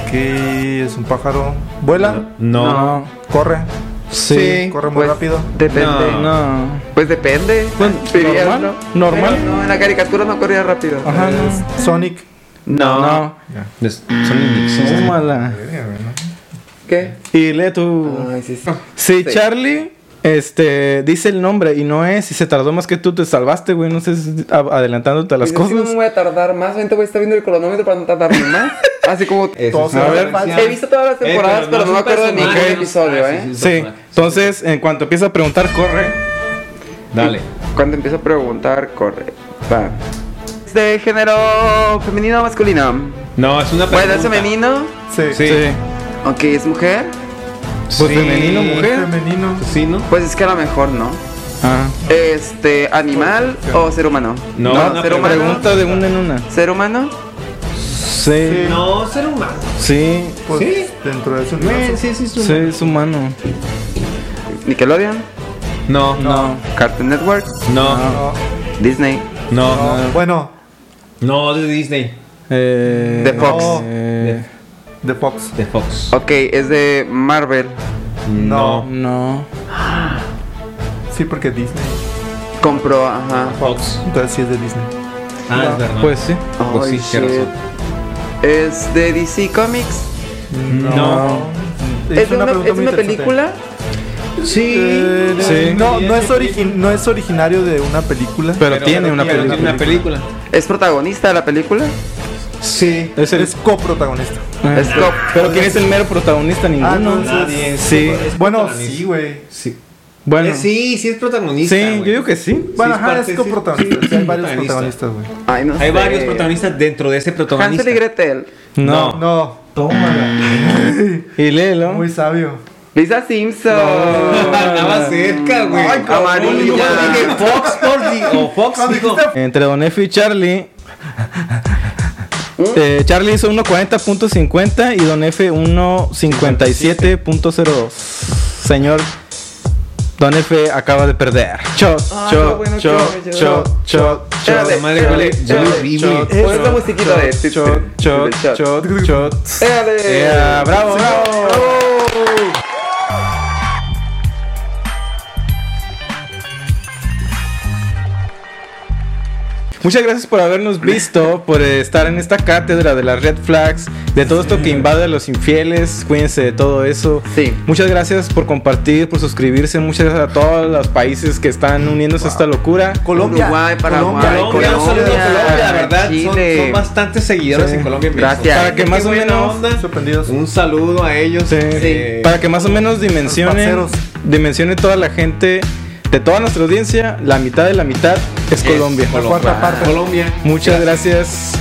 S3: Ok, es un pájaro. ¿Vuela?
S4: No.
S2: No.
S3: ¿Corre?
S2: Sí.
S3: ¿Corre muy
S5: Pues,
S3: rápido?
S5: Depende.
S4: No.
S2: No.
S5: Pues depende.
S2: Bueno,
S5: Dirías,
S2: normal,
S5: ¿no?
S2: normal.
S5: Pero no, en la caricatura no corría rápido.
S2: Ajá, no.
S3: ¿Es Sonic?
S4: Ah.
S5: No.
S2: No.
S4: Mm. Es- Son indicios.
S2: Tómala.
S5: ¿Qué?
S2: Y lee tú.
S5: Ay, sí, sí.
S2: Si
S5: Sí.
S2: Charlie este, dice el nombre y no es, y se tardó más que tú, te salvaste, güey. No sé, si- a- adelantándote a las
S5: Y yo, sí,
S2: cosas.
S5: no me voy a tardar más, ahorita voy a estar viendo el cronómetro para no tardarme más. Así como
S4: Eso sí,
S2: a ver,
S4: referencia.
S5: he visto todas las
S4: Eh,
S5: temporadas, pero no me
S4: es un
S5: acuerdo de ningún
S4: personaje.
S5: episodio,
S4: Ah,
S5: ¿eh?
S4: sí, sí, es un
S2: Sí,
S4: personaje.
S2: entonces en cuanto empieza a preguntar, corre.
S4: Dale.
S5: Cuando empiezo a preguntar, corre. Va. ¿Es de género femenino o masculino?
S4: No, es una
S5: Bueno,
S4: pregunta.
S5: ¿es femenino?
S3: Sí.
S4: Sí.
S5: Ok, ¿es mujer?
S2: Pues
S4: Sí.
S2: femenino, mujer.
S3: Femenino.
S4: Sí, ¿no?
S5: Pues es que a lo mejor no.
S2: Ah.
S5: Este, ¿animal o ser humano?
S4: No, una
S5: ser humano.
S2: Pregunta de una en una.
S5: ¿Ser humano?
S2: Sí.
S4: No, ser humano.
S2: Sí.
S3: Pues,
S4: Sí.
S3: Dentro de ese
S4: Güey,
S3: universo.
S4: sí, sí, es
S2: Sí,
S4: humano.
S2: es humano.
S5: ¿Nickelodeon?
S4: No, no,
S2: No.
S5: ¿Cartoon Network?
S4: no,
S5: ¿Disney?
S4: no,
S3: Bueno,
S4: no, de Disney,
S2: Eh,
S5: De Fox.
S2: eh,
S3: The Fox.
S4: de Fox.
S5: Ok, ¿es de Marvel?
S3: No.
S2: no.
S3: Sí, porque Disney.
S5: Compró, ajá.
S4: Fox.
S3: Entonces sí es de Disney.
S4: Ah, es verdad.
S2: Pues sí.
S4: Pues sí,
S5: Ay,
S4: qué razón.
S5: ¿Es de DC Comics?
S4: No.
S5: ¿Es, de una,
S3: pregunta
S5: ¿es
S3: muy
S5: una
S3: interesante.
S5: película?
S4: Sí.
S3: Eh,
S2: Sí.
S3: No, no es, origi- no es originario de una película.
S2: Pero, tiene una
S4: Tiene
S2: película.
S4: una película.
S5: ¿Es protagonista de la película?
S3: Sí.
S2: Es
S3: Es,
S2: el-
S3: coprotagonista.
S2: Ah.
S5: Es cop-
S2: Pero quién es el mero protagonista ninguno.
S3: Ah, no,
S4: Nadie. es-
S2: Sí.
S4: es
S3: Bueno,
S4: protagonista.
S3: sí, güey.
S4: Sí.
S2: Bueno.
S4: Eh, sí, sí es protagonista.
S2: Sí,
S4: güey.
S2: yo digo que sí.
S3: Bueno,
S4: es
S3: ajá,
S4: parte-
S3: es
S4: sí,
S3: coprotagonista.
S4: sí,
S3: Sí, hay varios
S4: protagonista.
S3: protagonistas, güey.
S5: Ay, no
S4: Hay
S5: sé.
S4: varios protagonistas dentro de ese protagonista.
S5: Hansel y Gretel.
S2: No.
S3: No. Tómala.
S2: Y léelo.
S3: Muy sabio.
S5: Lisa Simpson.
S4: Estaba cerca, güey.
S5: Ay, cabrón,
S4: Yo
S5: ya.
S4: dije Fox por di- o Fox dijo.
S2: Entre Don Efe y Charlie. eh, Charlie hizo 1.40.50 y Don Efe 1.57.02. Señor, Don Efe acaba de perder. Chot,
S5: Ah,
S2: chot,
S5: qué bueno que
S2: chot,
S5: me
S2: chot,
S5: ayudó.
S2: chot,
S5: Espérate,
S2: chot,
S4: madre,
S5: espérate,
S4: güey, yo
S5: espérate.
S4: lo vi,
S2: chot,
S5: güey. Pon esta
S2: chot,
S5: musiquita de-
S2: chot, chot,
S5: de chat.
S2: chot, chot.
S5: Espérate.
S2: Yeah, bravo, bravo. Muchas gracias por habernos visto, por eh, estar en esta cátedra de las red flags, de todo esto que invade a los infieles. Cuídense de todo eso.
S5: Sí.
S2: Muchas gracias por compartir, por suscribirse. Muchas gracias a todos los países que están uniéndose a esta locura.
S3: Colombia.
S5: Uruguay, Paraguay,
S3: Colombia.
S4: Colombia, un saludo a Colombia, la verdad. Son,
S5: Chile.
S4: son bastantes seguidores
S2: Sí.
S4: en Colombia. pienso.
S5: Gracias.
S2: Para que
S4: Qué
S2: más o
S4: buena
S2: menos.
S4: onda.
S3: Sorprendidos.
S4: Un saludo a ellos.
S2: Sí.
S4: Eh,
S2: Para que más o menos dimensionen,
S3: parceros.
S2: dimensione toda la gente de toda nuestra audiencia, la mitad de la mitad es Colombia.
S4: Colombia.
S3: Cuarta parte.
S4: Colombia.
S2: Muchas gracias.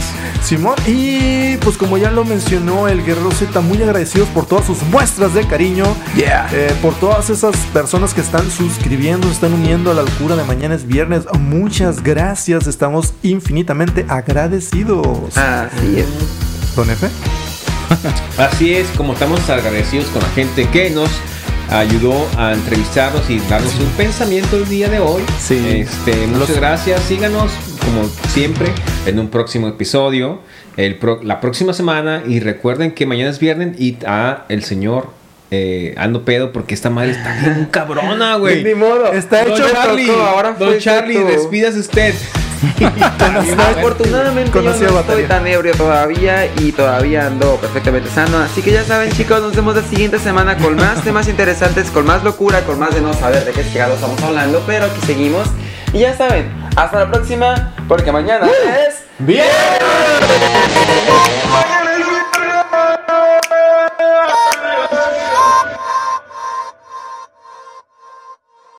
S3: Simón, y pues como ya lo mencionó el Guerrero Z, muy agradecidos por todas sus muestras de cariño,
S2: Yeah.
S3: eh, por todas esas personas que están suscribiendo, se están uniendo a la locura de mañana es viernes. Muchas gracias, estamos infinitamente agradecidos.
S5: Ah. Así es.
S3: Don Efe,
S4: Así es, como estamos agradecidos con la gente que nos ayudó a entrevistarnos y darnos un pensamiento el día de hoy.
S2: Sí.
S4: Este, muchas gracias. Síganos como siempre en un próximo episodio el pro- la próxima semana y recuerden que mañana es viernes y a el señor eh, ando pedo porque esta madre está bien cabrona, güey.
S5: Ni modo.
S3: Está
S4: Don
S3: hecho,
S4: Charlie,
S5: tocó, ahora
S4: Don
S5: fuiste
S4: Charlie,
S5: tú.
S4: despídase usted.
S5: Afortunadamente yo no
S3: Conocí a
S5: estoy
S3: Batalla.
S5: tan ebrio todavía y todavía ando perfectamente sano. Así que ya saben chicos, nos vemos la siguiente semana con más temas interesantes, con más locura, con más de no saber de qué llegado estamos hablando, pero aquí seguimos. Y ya saben, hasta la próxima, porque mañana es...
S4: Bien.
S5: ¡Mañana!